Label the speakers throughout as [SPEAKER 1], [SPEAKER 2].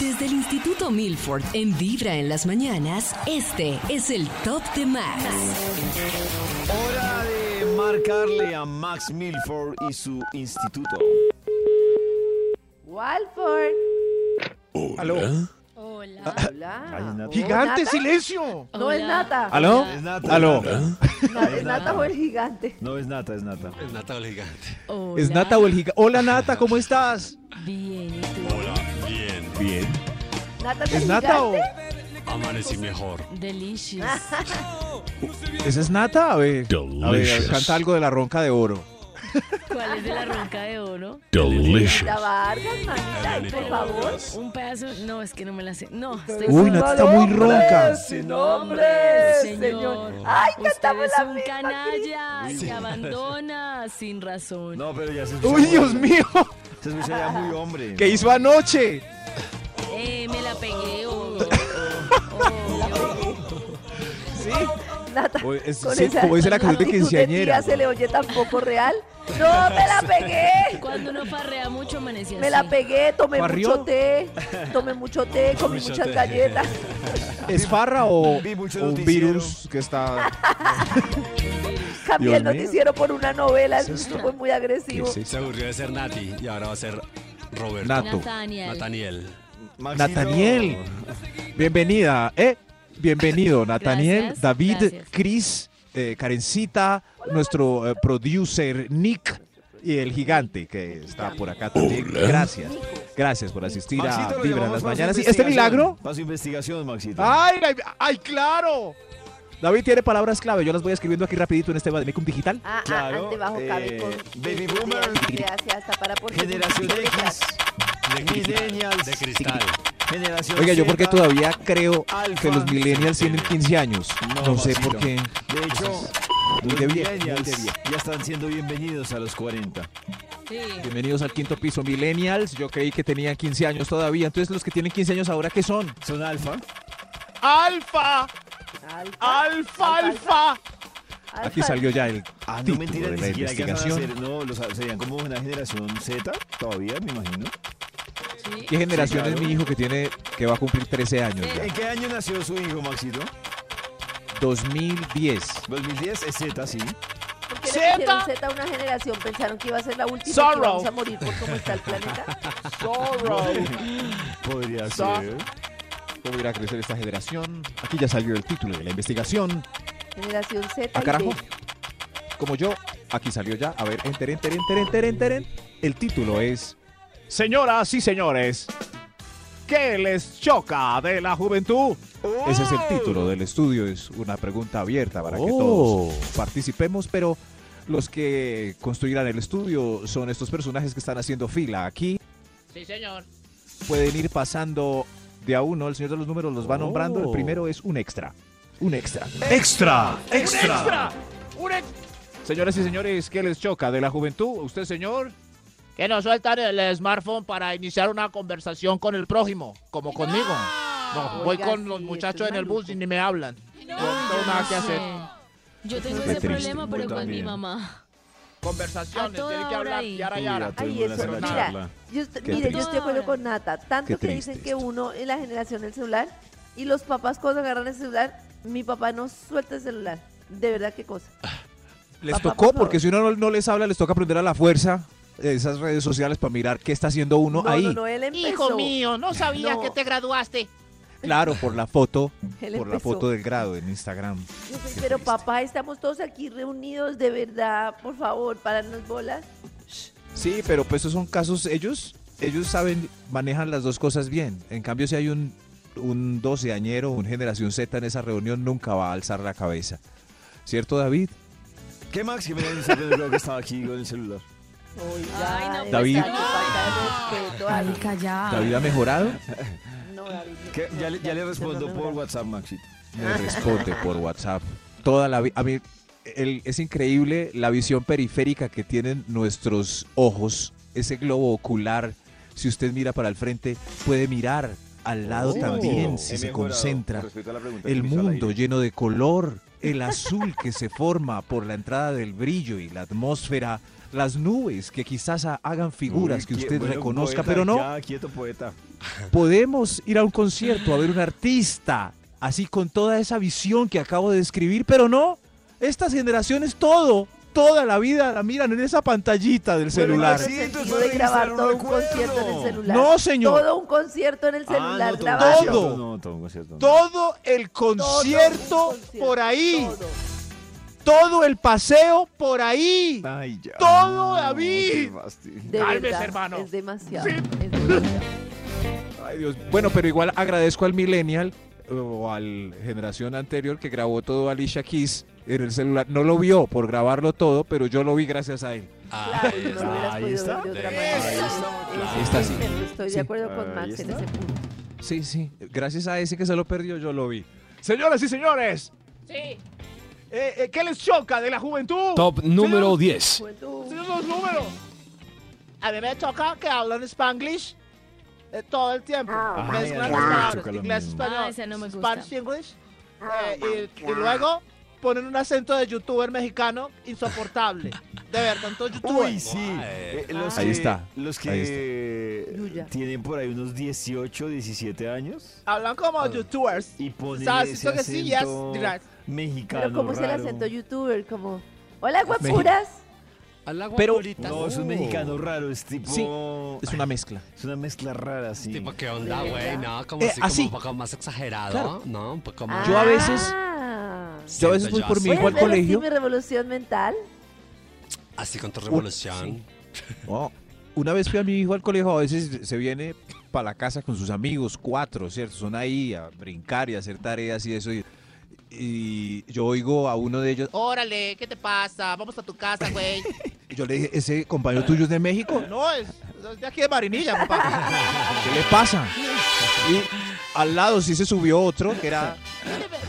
[SPEAKER 1] Desde el Instituto Milford en Vibra en las mañanas, este es el Top de Max.
[SPEAKER 2] Hora de marcarle a Max Milford y su instituto.
[SPEAKER 3] Walford.
[SPEAKER 4] ¿Aló? Ah,
[SPEAKER 5] Hola.
[SPEAKER 3] Hola.
[SPEAKER 4] ¡Gigante,
[SPEAKER 3] ¿Nata?
[SPEAKER 4] silencio!
[SPEAKER 3] No es nata.
[SPEAKER 4] ¿Aló?
[SPEAKER 2] Es Nata.
[SPEAKER 4] ¿Aló?
[SPEAKER 3] Na- ¿Es nata o el gigante?
[SPEAKER 2] No es Nata, es Nata.
[SPEAKER 6] El Nata el gigante.
[SPEAKER 5] Hola.
[SPEAKER 4] ¿Es Nata o el gigante? Hola, Nata, ¿cómo estás?
[SPEAKER 5] Bien, ¿y tú?
[SPEAKER 6] Hola, bien.
[SPEAKER 2] Bien.
[SPEAKER 3] ¿Nata
[SPEAKER 4] ¿Es Nata o...?
[SPEAKER 6] Amanecí mejor.
[SPEAKER 5] Delicious.
[SPEAKER 4] ¿Esa es Nata? A ver, a ver, canta algo de la ronca de oro.
[SPEAKER 5] ¿Cuál es de la ronca de oro?
[SPEAKER 7] Delicious.
[SPEAKER 3] La Vargas, mamita, ay, por favor.
[SPEAKER 5] Un pedazo. No, es que no me la sé. No,
[SPEAKER 3] Pues
[SPEAKER 5] estoy
[SPEAKER 4] Uy, Nata está muy ronca.
[SPEAKER 3] Sin nombre,
[SPEAKER 5] Señor,
[SPEAKER 3] señor. Ay,
[SPEAKER 5] usted
[SPEAKER 3] cantamos
[SPEAKER 5] es
[SPEAKER 3] la
[SPEAKER 5] un
[SPEAKER 3] misma.
[SPEAKER 5] canalla que abandona sin razón.
[SPEAKER 2] No, pero ya se escucha.
[SPEAKER 4] ¡Uy,
[SPEAKER 2] muy-
[SPEAKER 4] Dios mío!
[SPEAKER 2] Se escucha ya muy hombre.
[SPEAKER 4] ¿Qué hizo anoche?
[SPEAKER 5] Eh, me la pegué. oh.
[SPEAKER 3] Nata,
[SPEAKER 4] Uy, es-
[SPEAKER 3] con
[SPEAKER 4] sí,
[SPEAKER 3] esa-
[SPEAKER 4] como dice la
[SPEAKER 3] con
[SPEAKER 4] canción de
[SPEAKER 3] actitud
[SPEAKER 4] quinceañera.
[SPEAKER 3] tía se le oye tan poco real. ¡No, me la pegué!
[SPEAKER 5] Cuando uno parrea mucho amanecía
[SPEAKER 3] Me la
[SPEAKER 5] así.
[SPEAKER 3] pegué, tomé
[SPEAKER 4] ¿Barrió?
[SPEAKER 3] mucho té, tomé mucho té, comí
[SPEAKER 6] Mucho
[SPEAKER 3] muchas
[SPEAKER 6] té.
[SPEAKER 3] galletas.
[SPEAKER 4] ¿Es farra o,
[SPEAKER 2] Vi mucho
[SPEAKER 4] o un
[SPEAKER 2] noticiero.
[SPEAKER 4] virus que está...?
[SPEAKER 3] Cambié
[SPEAKER 4] Dios
[SPEAKER 3] el
[SPEAKER 4] mío.
[SPEAKER 3] noticiero por una novela,
[SPEAKER 4] ¿Es
[SPEAKER 3] eso
[SPEAKER 4] esto?
[SPEAKER 3] fue muy
[SPEAKER 4] ¿Qué
[SPEAKER 3] agresivo.
[SPEAKER 4] es
[SPEAKER 6] Se
[SPEAKER 4] esto?
[SPEAKER 6] aburrió de ser Nati y ahora va a ser Roberto.
[SPEAKER 4] Nato.
[SPEAKER 5] Nathaniel.
[SPEAKER 6] Nathaniel.
[SPEAKER 2] Maxito.
[SPEAKER 4] Nataniel. Bienvenida, ¿eh? Bienvenido, Nataniel,
[SPEAKER 5] Gracias,
[SPEAKER 4] David,
[SPEAKER 5] gracias.
[SPEAKER 4] Chris, eh, Karencita, nuestro eh, producer Nick y el gigante que está por acá también. Gracias. Gracias por asistir
[SPEAKER 2] Maxito,
[SPEAKER 4] a
[SPEAKER 2] lo
[SPEAKER 4] Vibra en
[SPEAKER 2] llamamos
[SPEAKER 4] las
[SPEAKER 2] para su
[SPEAKER 4] mañanas. ¿Y ¿Este
[SPEAKER 2] investigación,
[SPEAKER 4] milagro? Ah.
[SPEAKER 2] Para su investigación, Maxito.
[SPEAKER 4] ¡Ay, ay, ay, claro! David tiene palabras clave. Yo las voy escribiendo aquí rapidito en este Bademecum Digital.
[SPEAKER 3] Ah, ah,
[SPEAKER 2] Claro,
[SPEAKER 3] ante bajo cabe
[SPEAKER 2] eh,
[SPEAKER 3] con
[SPEAKER 2] Baby Boomer.
[SPEAKER 3] Gracias, hasta para por
[SPEAKER 2] Generación X.
[SPEAKER 6] De cristal.
[SPEAKER 2] Millennials.
[SPEAKER 6] De cristal.
[SPEAKER 2] Generación
[SPEAKER 4] Oiga, yo
[SPEAKER 2] Z.
[SPEAKER 4] porque todavía creo
[SPEAKER 2] Alfa.
[SPEAKER 4] que los millennials tienen 15 años.
[SPEAKER 2] No,
[SPEAKER 4] No sé
[SPEAKER 2] Maxito.
[SPEAKER 4] por qué.
[SPEAKER 2] De hecho,
[SPEAKER 4] Muy
[SPEAKER 2] los
[SPEAKER 4] de viejo, muy de
[SPEAKER 2] millennials
[SPEAKER 4] viejo.
[SPEAKER 2] ya están siendo bienvenidos a los 40.
[SPEAKER 5] Sí.
[SPEAKER 4] Bienvenidos al quinto piso Millennials. Yo creí que tenían 15 años todavía. Entonces, los que tienen 15 años ahora, ¿qué son?
[SPEAKER 2] Son alfa.
[SPEAKER 4] ¡Alfa!
[SPEAKER 3] Alfa,
[SPEAKER 4] ¡Alfa,
[SPEAKER 3] alfa!
[SPEAKER 4] alfa! Aquí salió ya el
[SPEAKER 2] Ah, no
[SPEAKER 4] título
[SPEAKER 2] mentira,
[SPEAKER 4] de
[SPEAKER 2] ni
[SPEAKER 4] la
[SPEAKER 2] siquiera alcanzan a
[SPEAKER 4] investigación.
[SPEAKER 2] ser- No, los, serían como una generación Z todavía, me imagino.
[SPEAKER 5] sí.
[SPEAKER 4] ¿Qué generación
[SPEAKER 2] Sí, claro. Eh,
[SPEAKER 4] es mi hijo que tiene que va a cumplir 13 años ya?
[SPEAKER 2] ¿En qué año nació su hijo, Maxito?
[SPEAKER 4] 2010.
[SPEAKER 2] 2010 es Z, sí.
[SPEAKER 3] ¿Por qué le
[SPEAKER 4] Zeta.
[SPEAKER 3] pusieron Z a una generación? Pensaron que iba a ser la última y
[SPEAKER 4] Zorro.
[SPEAKER 3] que íbamos a morir por cómo está el planeta.
[SPEAKER 2] Podría
[SPEAKER 4] Sa-
[SPEAKER 2] ser.
[SPEAKER 4] ¿Cómo irá a crecer esta generación? Aquí ya salió el título de la investigación.
[SPEAKER 3] Generación Z.
[SPEAKER 4] ¡A
[SPEAKER 3] y
[SPEAKER 4] Ah, carajo!
[SPEAKER 3] B.
[SPEAKER 4] Como yo, aquí salió ya. A ver, enter, enter, enter, enter, enter. enter. El título es... Señoras y señores, ¿qué les choca de la juventud? Ese es el título del estudio, es una pregunta abierta para que todos participemos, pero los que construirán el estudio son estos personajes que están haciendo fila aquí.
[SPEAKER 8] Sí, señor.
[SPEAKER 4] Pueden ir pasando de a uno, el señor de los números los va nombrando, el primero es un extra. Un extra.
[SPEAKER 7] Extra,
[SPEAKER 4] Señoras y señores, ¿qué les choca de la juventud? ¿Usted, señor?
[SPEAKER 8] Que nos sueltan el smartphone para iniciar una conversación con el prójimo, como conmigo. No, voy
[SPEAKER 3] Oiga,
[SPEAKER 8] con
[SPEAKER 3] sí,
[SPEAKER 8] los
[SPEAKER 3] esto
[SPEAKER 8] muchachos
[SPEAKER 3] es
[SPEAKER 8] en el bus
[SPEAKER 3] maluco.
[SPEAKER 8] y ni me hablan. No,
[SPEAKER 5] Yo
[SPEAKER 8] tengo nada que
[SPEAKER 5] no
[SPEAKER 8] hacer.
[SPEAKER 5] sé. Yo tengo
[SPEAKER 4] Qué
[SPEAKER 5] ese
[SPEAKER 4] triste,
[SPEAKER 5] problema, pero
[SPEAKER 2] yo
[SPEAKER 5] con mi
[SPEAKER 2] también.
[SPEAKER 5] mamá. A
[SPEAKER 8] Conversaciones,
[SPEAKER 5] toda
[SPEAKER 8] tienen que
[SPEAKER 5] hora
[SPEAKER 8] hablar
[SPEAKER 5] ahí.
[SPEAKER 8] y ara y ara.
[SPEAKER 2] Todo el
[SPEAKER 3] Ay,
[SPEAKER 2] mundo hace
[SPEAKER 3] eso,
[SPEAKER 2] la
[SPEAKER 3] mira,
[SPEAKER 2] charla.
[SPEAKER 3] yo, est-
[SPEAKER 4] Qué
[SPEAKER 3] mire, yo
[SPEAKER 4] triste.
[SPEAKER 3] estoy de acuerdo con Nata. Tanto
[SPEAKER 4] Qué
[SPEAKER 3] que
[SPEAKER 4] triste
[SPEAKER 3] dicen que
[SPEAKER 4] esto.
[SPEAKER 3] uno en la generación del celular y los papás cuando agarran el celular, mi papá no suelta el celular. De verdad, qué cosa.
[SPEAKER 4] Ah, Les
[SPEAKER 3] Papá,
[SPEAKER 4] tocó,
[SPEAKER 3] por favor.
[SPEAKER 4] porque si uno no, no les habla, les toca aprender a la fuerza esas redes sociales para mirar qué está haciendo uno
[SPEAKER 3] no,
[SPEAKER 4] ahí.
[SPEAKER 3] no, no, él empezó.
[SPEAKER 8] Hijo mío, no sabía
[SPEAKER 3] No.
[SPEAKER 8] que te graduaste.
[SPEAKER 4] Claro, por la foto,
[SPEAKER 3] Él
[SPEAKER 4] por la
[SPEAKER 3] empezó.
[SPEAKER 4] foto del grado en Instagram.
[SPEAKER 3] Yo soy,
[SPEAKER 4] Qué
[SPEAKER 3] pero
[SPEAKER 4] triste.
[SPEAKER 3] papá, estamos todos aquí reunidos, de verdad, por favor, las bolas.
[SPEAKER 4] Sí, pero pues esos son casos, ellos, ellos saben, manejan las dos cosas bien. En cambio, si hay un, un doceañero, un generación Z en esa reunión, nunca va a alzar la cabeza. ¿Cierto, David?
[SPEAKER 2] ¿Qué, Max? Que me dan un celular que estaba aquí con el celular.
[SPEAKER 3] Oiga,
[SPEAKER 5] Ay, no,
[SPEAKER 3] de
[SPEAKER 4] David.
[SPEAKER 3] verdad, qué falta de respeto, ay, Ah.
[SPEAKER 5] Marica, ya.
[SPEAKER 4] ¿David ha mejorado?
[SPEAKER 3] no,
[SPEAKER 2] ¿Qué? Ya, le, ya le respondo por WhatsApp, Maxito.
[SPEAKER 4] Me responde por WhatsApp. Toda la vi- a mí el- es increíble la visión periférica que tienen nuestros ojos, ese globo ocular. Si usted mira para el frente, puede mirar al lado
[SPEAKER 2] Oh.
[SPEAKER 4] Ah, también si
[SPEAKER 2] He
[SPEAKER 4] se
[SPEAKER 2] mejorado
[SPEAKER 4] concentra.
[SPEAKER 2] con respecto a la pregunta que
[SPEAKER 4] El
[SPEAKER 2] me hizo al
[SPEAKER 4] mundo
[SPEAKER 2] aire.
[SPEAKER 4] lleno de color, el azul que se forma por la entrada del brillo y la atmósfera, las nubes que quizás ha- hagan figuras
[SPEAKER 2] Uy,
[SPEAKER 4] que
[SPEAKER 2] quie-
[SPEAKER 4] usted
[SPEAKER 2] bueno,
[SPEAKER 4] reconozca,
[SPEAKER 2] poeta,
[SPEAKER 4] pero no
[SPEAKER 2] ya, quieto, poeta.
[SPEAKER 4] podemos ir a un concierto a ver un artista, así con toda esa visión que acabo de describir, pero no, estas generaciones todo, toda la vida la miran en esa pantallita del celular.
[SPEAKER 3] ¿Cuál es el
[SPEAKER 2] Sí,
[SPEAKER 3] sentido
[SPEAKER 2] entonces
[SPEAKER 3] de grabar
[SPEAKER 2] registraron
[SPEAKER 3] todo
[SPEAKER 2] un
[SPEAKER 3] un concierto en el
[SPEAKER 2] recuerdo.
[SPEAKER 3] celular.
[SPEAKER 4] No, señor.
[SPEAKER 3] Todo un concierto en el
[SPEAKER 2] Ah,
[SPEAKER 3] celular
[SPEAKER 2] no, todo.
[SPEAKER 3] grabado.
[SPEAKER 4] Todo.
[SPEAKER 2] No, todo un concierto, no.
[SPEAKER 4] Todo el
[SPEAKER 3] Todo un
[SPEAKER 4] concierto
[SPEAKER 3] concierto,
[SPEAKER 4] por ahí,
[SPEAKER 3] todo.
[SPEAKER 4] todo el paseo por ahí.
[SPEAKER 2] Ay, ya.
[SPEAKER 4] Todo,
[SPEAKER 2] No,
[SPEAKER 4] David.
[SPEAKER 2] qué fastidio.
[SPEAKER 3] De
[SPEAKER 8] Cálmese,
[SPEAKER 3] verdad,
[SPEAKER 8] hermano.
[SPEAKER 3] Es demasiado. es demasiado.
[SPEAKER 4] Ay, Dios. Bueno, pero igual agradezco al millennial o al generación anterior que grabó todo Alicia Keys en el celular. No lo vio por grabarlo todo, pero yo lo vi gracias a él.
[SPEAKER 3] Claro,
[SPEAKER 6] Ahí
[SPEAKER 3] no lo
[SPEAKER 6] está.
[SPEAKER 3] hubieras
[SPEAKER 2] ahí
[SPEAKER 3] podido
[SPEAKER 2] está.
[SPEAKER 3] ver de otra
[SPEAKER 6] Ahí
[SPEAKER 3] manera.
[SPEAKER 6] está,
[SPEAKER 3] Eso
[SPEAKER 4] Ahí está,
[SPEAKER 3] sí,
[SPEAKER 4] sí.
[SPEAKER 3] Estoy
[SPEAKER 4] Sí.
[SPEAKER 3] de acuerdo con
[SPEAKER 2] Ahí
[SPEAKER 3] Max en
[SPEAKER 2] está.
[SPEAKER 3] ese punto.
[SPEAKER 4] Sí, sí. Gracias a ese que se lo perdió, yo lo vi.
[SPEAKER 8] Señoras y señores. Eh, eh, ¿Qué les choca de la juventud?
[SPEAKER 6] Top número 10.
[SPEAKER 8] Señores, los números. A mí me choca que hablan spanglish eh, todo el tiempo.
[SPEAKER 2] a
[SPEAKER 8] Mezclan
[SPEAKER 2] mí
[SPEAKER 8] las
[SPEAKER 2] me
[SPEAKER 8] palabras,
[SPEAKER 2] choca lo
[SPEAKER 8] inglés,
[SPEAKER 2] mismo.
[SPEAKER 8] español,
[SPEAKER 5] Ah, ese no me gusta. Ah,
[SPEAKER 8] Spanish, English. Eh, y, y luego ponen un acento de youtuber mexicano insoportable. De ver, tanto youtuber.
[SPEAKER 2] Uy, sí. Eh, los
[SPEAKER 4] Ahí
[SPEAKER 2] que-
[SPEAKER 4] está,
[SPEAKER 2] Los que
[SPEAKER 4] ahí
[SPEAKER 3] Yuya.
[SPEAKER 2] tienen por ahí unos 18, 17 años
[SPEAKER 8] Hablan
[SPEAKER 2] Ah.
[SPEAKER 8] como youtubers.
[SPEAKER 2] y ponen
[SPEAKER 8] ¿Sabes?
[SPEAKER 2] ese
[SPEAKER 8] Siento que sí, yes,
[SPEAKER 2] acento
[SPEAKER 8] dirás.
[SPEAKER 2] mexicano
[SPEAKER 3] Pero ¿cómo es el
[SPEAKER 2] raro.
[SPEAKER 3] acento youtuber? Como, hola, guapuras.
[SPEAKER 4] Pero-
[SPEAKER 2] No,
[SPEAKER 6] Uh.
[SPEAKER 2] es un
[SPEAKER 8] Oh.
[SPEAKER 2] mexicano raro, es tipo...
[SPEAKER 4] Sí, Es una mezcla.
[SPEAKER 2] Es una mezcla rara, sí.
[SPEAKER 6] Tipo, ¿qué onda, güey? No, como
[SPEAKER 4] Eh,
[SPEAKER 6] así, como
[SPEAKER 4] así.
[SPEAKER 6] un poco más exagerado,
[SPEAKER 4] Claro.
[SPEAKER 6] ¿no? Un poco más...
[SPEAKER 4] Yo a veces-
[SPEAKER 3] Ah.
[SPEAKER 4] Yo a veces voy por mi hijo al
[SPEAKER 3] ¿Puedes ver así
[SPEAKER 4] colegio.
[SPEAKER 3] mi revolución mental?
[SPEAKER 6] Así con tu revolución.
[SPEAKER 4] sí. No, una vez fui a mi hijo al colegio, a veces se viene para la casa con sus amigos, cuatro, ¿cierto? Son ahí a brincar y a hacer tareas y eso. Y, y yo oigo a uno de ellos,
[SPEAKER 8] Órale, ¿qué te pasa? Vamos a tu casa, güey.
[SPEAKER 4] "Oh", yo le dije, ¿ese compañero tuyo es de México?
[SPEAKER 8] no, es, es de aquí de Marinilla, papá.
[SPEAKER 4] ¿Qué le pasa? Y al lado sí se subió otro, que era...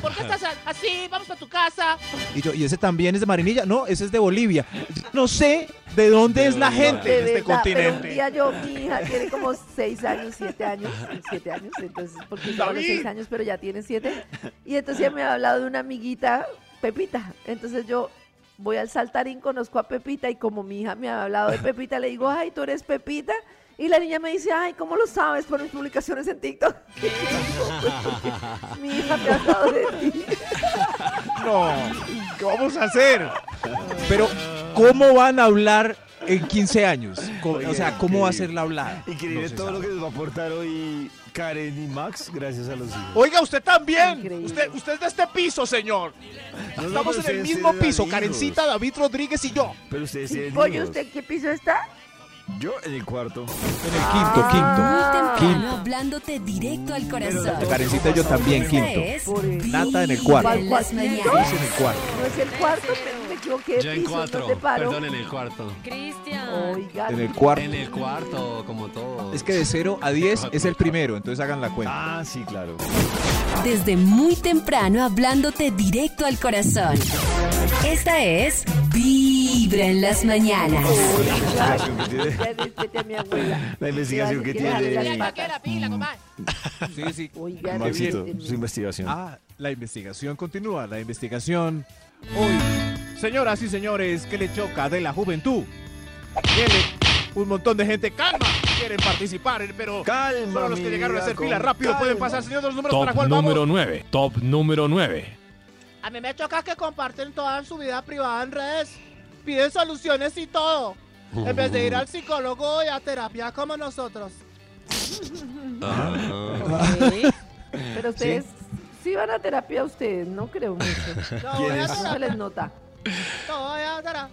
[SPEAKER 8] ¿Por qué estás así? Vamos a tu casa.
[SPEAKER 4] Y yo, ¿y ese también es de Marinilla? No, ese es de Bolivia. No sé de dónde es la gente
[SPEAKER 3] De
[SPEAKER 4] de este
[SPEAKER 3] verdad, pero un
[SPEAKER 4] continente.
[SPEAKER 3] día yo, mi hija tiene como 6 años, 7 años, 7 años, entonces, porque yo a los
[SPEAKER 8] David.
[SPEAKER 3] 6 años, pero ya tiene 7. Y entonces ella me ha hablado de una amiguita, Pepita. Entonces yo voy al saltarín, conozco a Pepita y como mi hija me ha hablado de Pepita, le digo, ay, tú eres Pepita. Y la niña me dice, ay, ¿cómo lo sabes por mis publicaciones en TikTok? "Pues, mi hija me ha hablado de ti.
[SPEAKER 4] No, ¿qué vamos a hacer? Pero, ¿cómo van a hablar en 15 años? Co- O sea, ¿cómo va a ser la hablada?
[SPEAKER 2] Increíble
[SPEAKER 4] No se
[SPEAKER 2] todo lo
[SPEAKER 4] sabe.
[SPEAKER 2] que nos va a aportar hoy Karen y Max, gracias a los hijos.
[SPEAKER 8] Oiga, usted también.
[SPEAKER 3] Increíble.
[SPEAKER 8] Usted, usted es de este piso, señor.
[SPEAKER 2] No, no,
[SPEAKER 8] Estamos
[SPEAKER 2] pero
[SPEAKER 8] en el
[SPEAKER 2] ustedes
[SPEAKER 8] mismo
[SPEAKER 2] tienen
[SPEAKER 8] piso,
[SPEAKER 2] hijos.
[SPEAKER 8] Karencita, David Rodríguez y yo.
[SPEAKER 2] Pero ustedes
[SPEAKER 3] Y,
[SPEAKER 2] tienen
[SPEAKER 3] Pollo,
[SPEAKER 2] hijos.
[SPEAKER 3] ¿usted en qué piso está?
[SPEAKER 2] Yo en el cuarto.
[SPEAKER 4] En el quinto, quinto.
[SPEAKER 1] Muy
[SPEAKER 3] Ah,
[SPEAKER 1] temprano,
[SPEAKER 3] Quinto.
[SPEAKER 1] hablándote directo al
[SPEAKER 4] La
[SPEAKER 1] corazón.
[SPEAKER 4] carencita yo también,
[SPEAKER 1] Esta
[SPEAKER 4] quinto.
[SPEAKER 1] es
[SPEAKER 3] Por el-
[SPEAKER 4] Nata en el cuarto.
[SPEAKER 1] Vibra en las mañanas.
[SPEAKER 4] Luis en el cuarto.
[SPEAKER 3] No es Pues el cuarto, me, me equivoqué de
[SPEAKER 6] Yo en
[SPEAKER 3] piso,
[SPEAKER 6] cuatro.
[SPEAKER 3] no te paro.
[SPEAKER 6] Perdón, en el cuarto.
[SPEAKER 5] Cristian.
[SPEAKER 3] Oiga,
[SPEAKER 4] En el cuarto.
[SPEAKER 6] En el cuarto, como todo.
[SPEAKER 4] Es que de 0 a 10 es el primero, entonces hagan la cuenta.
[SPEAKER 2] Ah, sí, claro.
[SPEAKER 1] Desde muy temprano hablándote directo al corazón. Esta es Vibra en las mañanas.
[SPEAKER 3] Ya,
[SPEAKER 4] Ah.
[SPEAKER 3] ya respete a mi abuela.
[SPEAKER 2] La investigación que
[SPEAKER 3] Quiero darle
[SPEAKER 2] tiene.
[SPEAKER 3] las patas.
[SPEAKER 4] Sí, sí.
[SPEAKER 3] Oiga,
[SPEAKER 2] Maxito,
[SPEAKER 3] respéteme.
[SPEAKER 2] su investigación.
[SPEAKER 4] Ah, la investigación continúa, la investigación. Hoy, señoras y señores, ¿qué le choca de la juventud? Viene un montón de gente, calma, quieren participar, eh, pero
[SPEAKER 2] Calma,
[SPEAKER 8] Solo los que llegaron a
[SPEAKER 2] amiga,
[SPEAKER 8] hacer
[SPEAKER 2] con
[SPEAKER 8] fila rápido pueden
[SPEAKER 2] calma.
[SPEAKER 8] pasar, señor, de los números para
[SPEAKER 9] Top
[SPEAKER 8] cuál
[SPEAKER 9] número
[SPEAKER 8] vamos.
[SPEAKER 9] 9. Top número 9.
[SPEAKER 8] A mí me choca que comparten toda su vida privada en redes. Piden soluciones y todo. En vez de ir al psicólogo y a terapia como nosotros.
[SPEAKER 6] Ah.
[SPEAKER 3] Pero ustedes, sí van a terapia ustedes, no creo mucho.
[SPEAKER 8] No voy a
[SPEAKER 3] No se
[SPEAKER 8] terapia,
[SPEAKER 3] les nota.
[SPEAKER 8] no voy a terapia.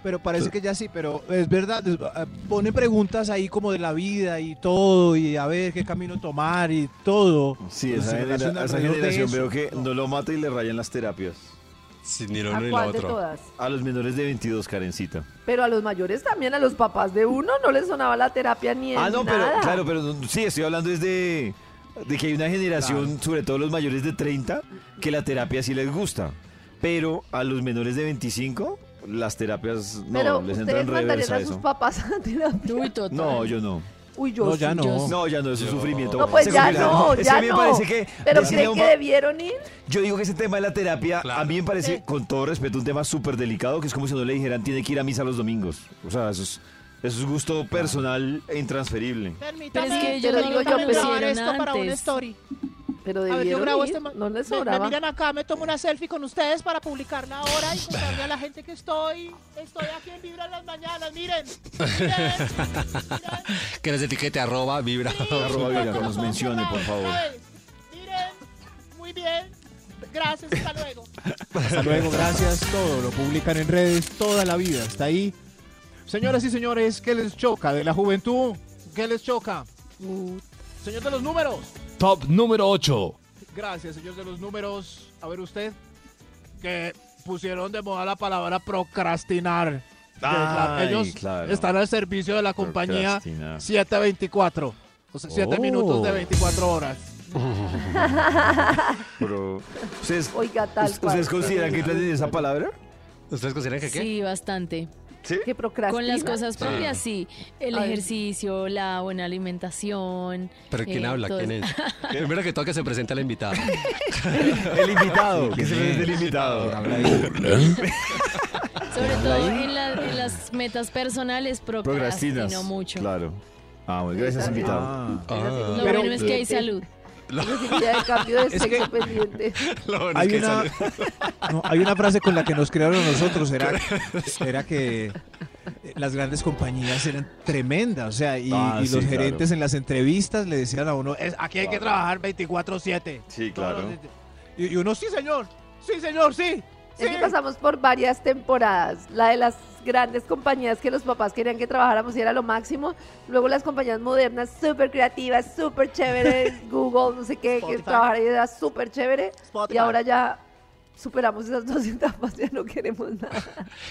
[SPEAKER 4] Pero parece que ya sí, pero es verdad, es- ah, pone preguntas ahí como de la vida y todo, y a ver qué camino tomar y todo. Pues
[SPEAKER 2] Sí,
[SPEAKER 4] Se
[SPEAKER 2] esa, genera-
[SPEAKER 4] relaciona
[SPEAKER 2] esa
[SPEAKER 4] alrededor de
[SPEAKER 2] generación
[SPEAKER 4] eso.
[SPEAKER 2] veo que no lo mata y le rayan las terapias.
[SPEAKER 6] Sí, ni lo
[SPEAKER 3] ¿A
[SPEAKER 6] uno ni lo
[SPEAKER 3] cuál de
[SPEAKER 6] otro.
[SPEAKER 3] todas?
[SPEAKER 2] A los menores de 22, Karencita.
[SPEAKER 3] Pero a los mayores también, a los papás de uno, no les sonaba la terapia ni en
[SPEAKER 2] Ah, no, pero
[SPEAKER 3] nada.
[SPEAKER 2] claro, pero no- sí, estoy hablando desde de que hay una generación, sobre todo los mayores de 30, que la terapia sí les gusta. Pero a los menores de 25, las terapias no
[SPEAKER 3] Pero
[SPEAKER 2] les
[SPEAKER 3] ustedes
[SPEAKER 2] entran reversa
[SPEAKER 3] mandarían
[SPEAKER 2] a
[SPEAKER 3] a sus
[SPEAKER 2] eso.
[SPEAKER 3] papás a terapia.
[SPEAKER 5] Uy, total.
[SPEAKER 2] No, yo no.
[SPEAKER 3] Uy, yo sí.
[SPEAKER 5] Yo-
[SPEAKER 2] No, ya no, es un
[SPEAKER 6] Yo-
[SPEAKER 2] sufrimiento.
[SPEAKER 3] No, pues
[SPEAKER 2] Se
[SPEAKER 3] ya
[SPEAKER 2] convierte-
[SPEAKER 3] no,
[SPEAKER 2] Es que
[SPEAKER 3] ya
[SPEAKER 2] a mí me
[SPEAKER 3] no.
[SPEAKER 2] parece que
[SPEAKER 3] Pero
[SPEAKER 2] decirle a
[SPEAKER 3] creen
[SPEAKER 2] un
[SPEAKER 3] que
[SPEAKER 2] pa-
[SPEAKER 3] debieron ir.
[SPEAKER 2] Yo digo que ese tema de la terapia,
[SPEAKER 6] Claro.
[SPEAKER 2] a mí me parece, con todo respeto, un tema súper delicado, que es como si no le dijeran, tiene que ir a misa los domingos. O sea, eso es, eso es gusto personal e intransferible.
[SPEAKER 8] Permítame,
[SPEAKER 5] Pero es que
[SPEAKER 3] ellos no lo
[SPEAKER 8] permítame
[SPEAKER 3] pusieron
[SPEAKER 8] grabar esto para
[SPEAKER 5] pues,
[SPEAKER 8] un
[SPEAKER 5] antes.
[SPEAKER 8] story.
[SPEAKER 3] Pero
[SPEAKER 8] A ver, yo
[SPEAKER 3] debieron
[SPEAKER 8] grabo
[SPEAKER 3] ir.
[SPEAKER 8] este ma-
[SPEAKER 3] No les
[SPEAKER 8] me- Me,
[SPEAKER 3] sobraba.
[SPEAKER 8] miran acá, me tomo una selfie con ustedes para publicarla ahora y contarle a la gente que estoy, estoy aquí en Vibra en las mañanas. Miren, miren, miren.
[SPEAKER 6] Que nos etiquete arroba vibra.
[SPEAKER 2] Arroba Vibra, que nos
[SPEAKER 8] Otra
[SPEAKER 2] mencione,
[SPEAKER 8] vez,
[SPEAKER 2] por favor.
[SPEAKER 8] otra vez. Miren, muy bien. Gracias, hasta luego.
[SPEAKER 4] Hasta luego, gracias. Todo lo publican en redes toda la vida. Está ahí. Señoras y señores, ¿qué les choca de la juventud? ¿Qué les choca?
[SPEAKER 8] Señor de los números.
[SPEAKER 9] Top número 8.
[SPEAKER 8] Gracias, señor de los números. A ver usted, que pusieron de moda la palabra procrastinar.
[SPEAKER 6] Ah,
[SPEAKER 2] Ay,
[SPEAKER 8] Ellos
[SPEAKER 2] claro.
[SPEAKER 8] están al servicio de la compañía
[SPEAKER 2] Procrastinar.
[SPEAKER 8] 724. O sea, 7
[SPEAKER 9] Oh.
[SPEAKER 8] minutos de 24 horas.
[SPEAKER 2] Pero, ¿ustedes,
[SPEAKER 3] Oiga, tal cual.
[SPEAKER 2] ¿ustedes consideran que tienen esa palabra?
[SPEAKER 6] ¿Ustedes consideran que qué?
[SPEAKER 5] Sí, bastante.
[SPEAKER 3] Que procrastina.
[SPEAKER 5] Con las cosas
[SPEAKER 6] Sí.
[SPEAKER 5] propias, sí. El
[SPEAKER 3] Ay.
[SPEAKER 5] ejercicio, la buena alimentación.
[SPEAKER 6] ¿Pero quién
[SPEAKER 5] eh,
[SPEAKER 6] habla?
[SPEAKER 5] todo
[SPEAKER 6] ¿Quién
[SPEAKER 5] eso.
[SPEAKER 6] es? Primero que todo que se presente al invitado.
[SPEAKER 2] El invitado, que se ve desde el invitado.
[SPEAKER 5] Sobre todo en, la- en las metas personales procrastino
[SPEAKER 2] Procrastinas.
[SPEAKER 5] mucho.
[SPEAKER 2] Claro. Ah, bueno, gracias, invitado.
[SPEAKER 5] Lo
[SPEAKER 6] Ah,
[SPEAKER 5] bueno es que hay salud.
[SPEAKER 3] Necesidad de cambio de sexo pendiente.
[SPEAKER 6] lo bueno
[SPEAKER 4] Hay
[SPEAKER 6] es que
[SPEAKER 4] una,
[SPEAKER 6] sale-
[SPEAKER 4] no, hay una frase con la que nos crearon nosotros, era, era que eh, las grandes compañías eran tremendas, o sea, y,
[SPEAKER 2] Ah,
[SPEAKER 4] y
[SPEAKER 2] sí,
[SPEAKER 4] los
[SPEAKER 2] claro.
[SPEAKER 4] gerentes en las entrevistas le decían a uno, "Es-
[SPEAKER 8] Aquí hay que trabajar 24-7.
[SPEAKER 2] Sí,
[SPEAKER 8] Todos
[SPEAKER 2] claro.
[SPEAKER 8] los- Y, y uno, sí, señor. Sí, señor, sí. Sí.
[SPEAKER 3] Es que pasamos por varias temporadas. La de las grandes compañías que los papás querían que trabajáramos y era lo máximo. Luego las compañías modernas, súper creativas, súper chéveres. Google, no sé qué, que
[SPEAKER 8] Spotify.
[SPEAKER 3] trabajar y era súper chévere. Y
[SPEAKER 8] Spotify.
[SPEAKER 3] ahora ya superamos esas dos etapas, ya no queremos nada.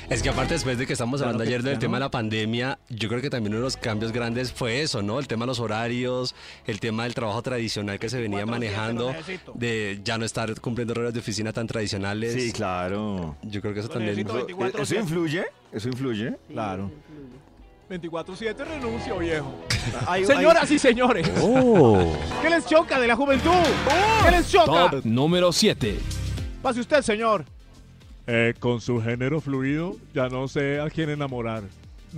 [SPEAKER 6] Es que aparte después de que estamos hablando
[SPEAKER 4] que
[SPEAKER 6] ayer del
[SPEAKER 4] ya
[SPEAKER 6] tema
[SPEAKER 4] no.
[SPEAKER 6] de la pandemia, yo creo que también uno de los cambios grandes fue eso, ¿no? El tema de los horarios, el tema del trabajo tradicional que se venía
[SPEAKER 8] Cuatro, siete,
[SPEAKER 6] manejando,
[SPEAKER 8] lo necesito.
[SPEAKER 6] de ya no estar cumpliendo horarios de oficina tan tradicionales.
[SPEAKER 2] Sí, claro.
[SPEAKER 6] Yo creo que eso
[SPEAKER 8] Lo
[SPEAKER 6] también...
[SPEAKER 8] necesito.
[SPEAKER 2] Eso,
[SPEAKER 8] 24
[SPEAKER 2] eso influye, eso influye.
[SPEAKER 4] claro.
[SPEAKER 8] 24-7 renuncio, viejo.
[SPEAKER 2] Hay-
[SPEAKER 8] Señoras y señores,
[SPEAKER 9] Oh.
[SPEAKER 8] ¿qué les choca de la juventud? ¿Qué les choca?
[SPEAKER 9] Top número 7.
[SPEAKER 8] Pase usted, señor.
[SPEAKER 9] Eh, con su género fluido, ya no sé a quién enamorar.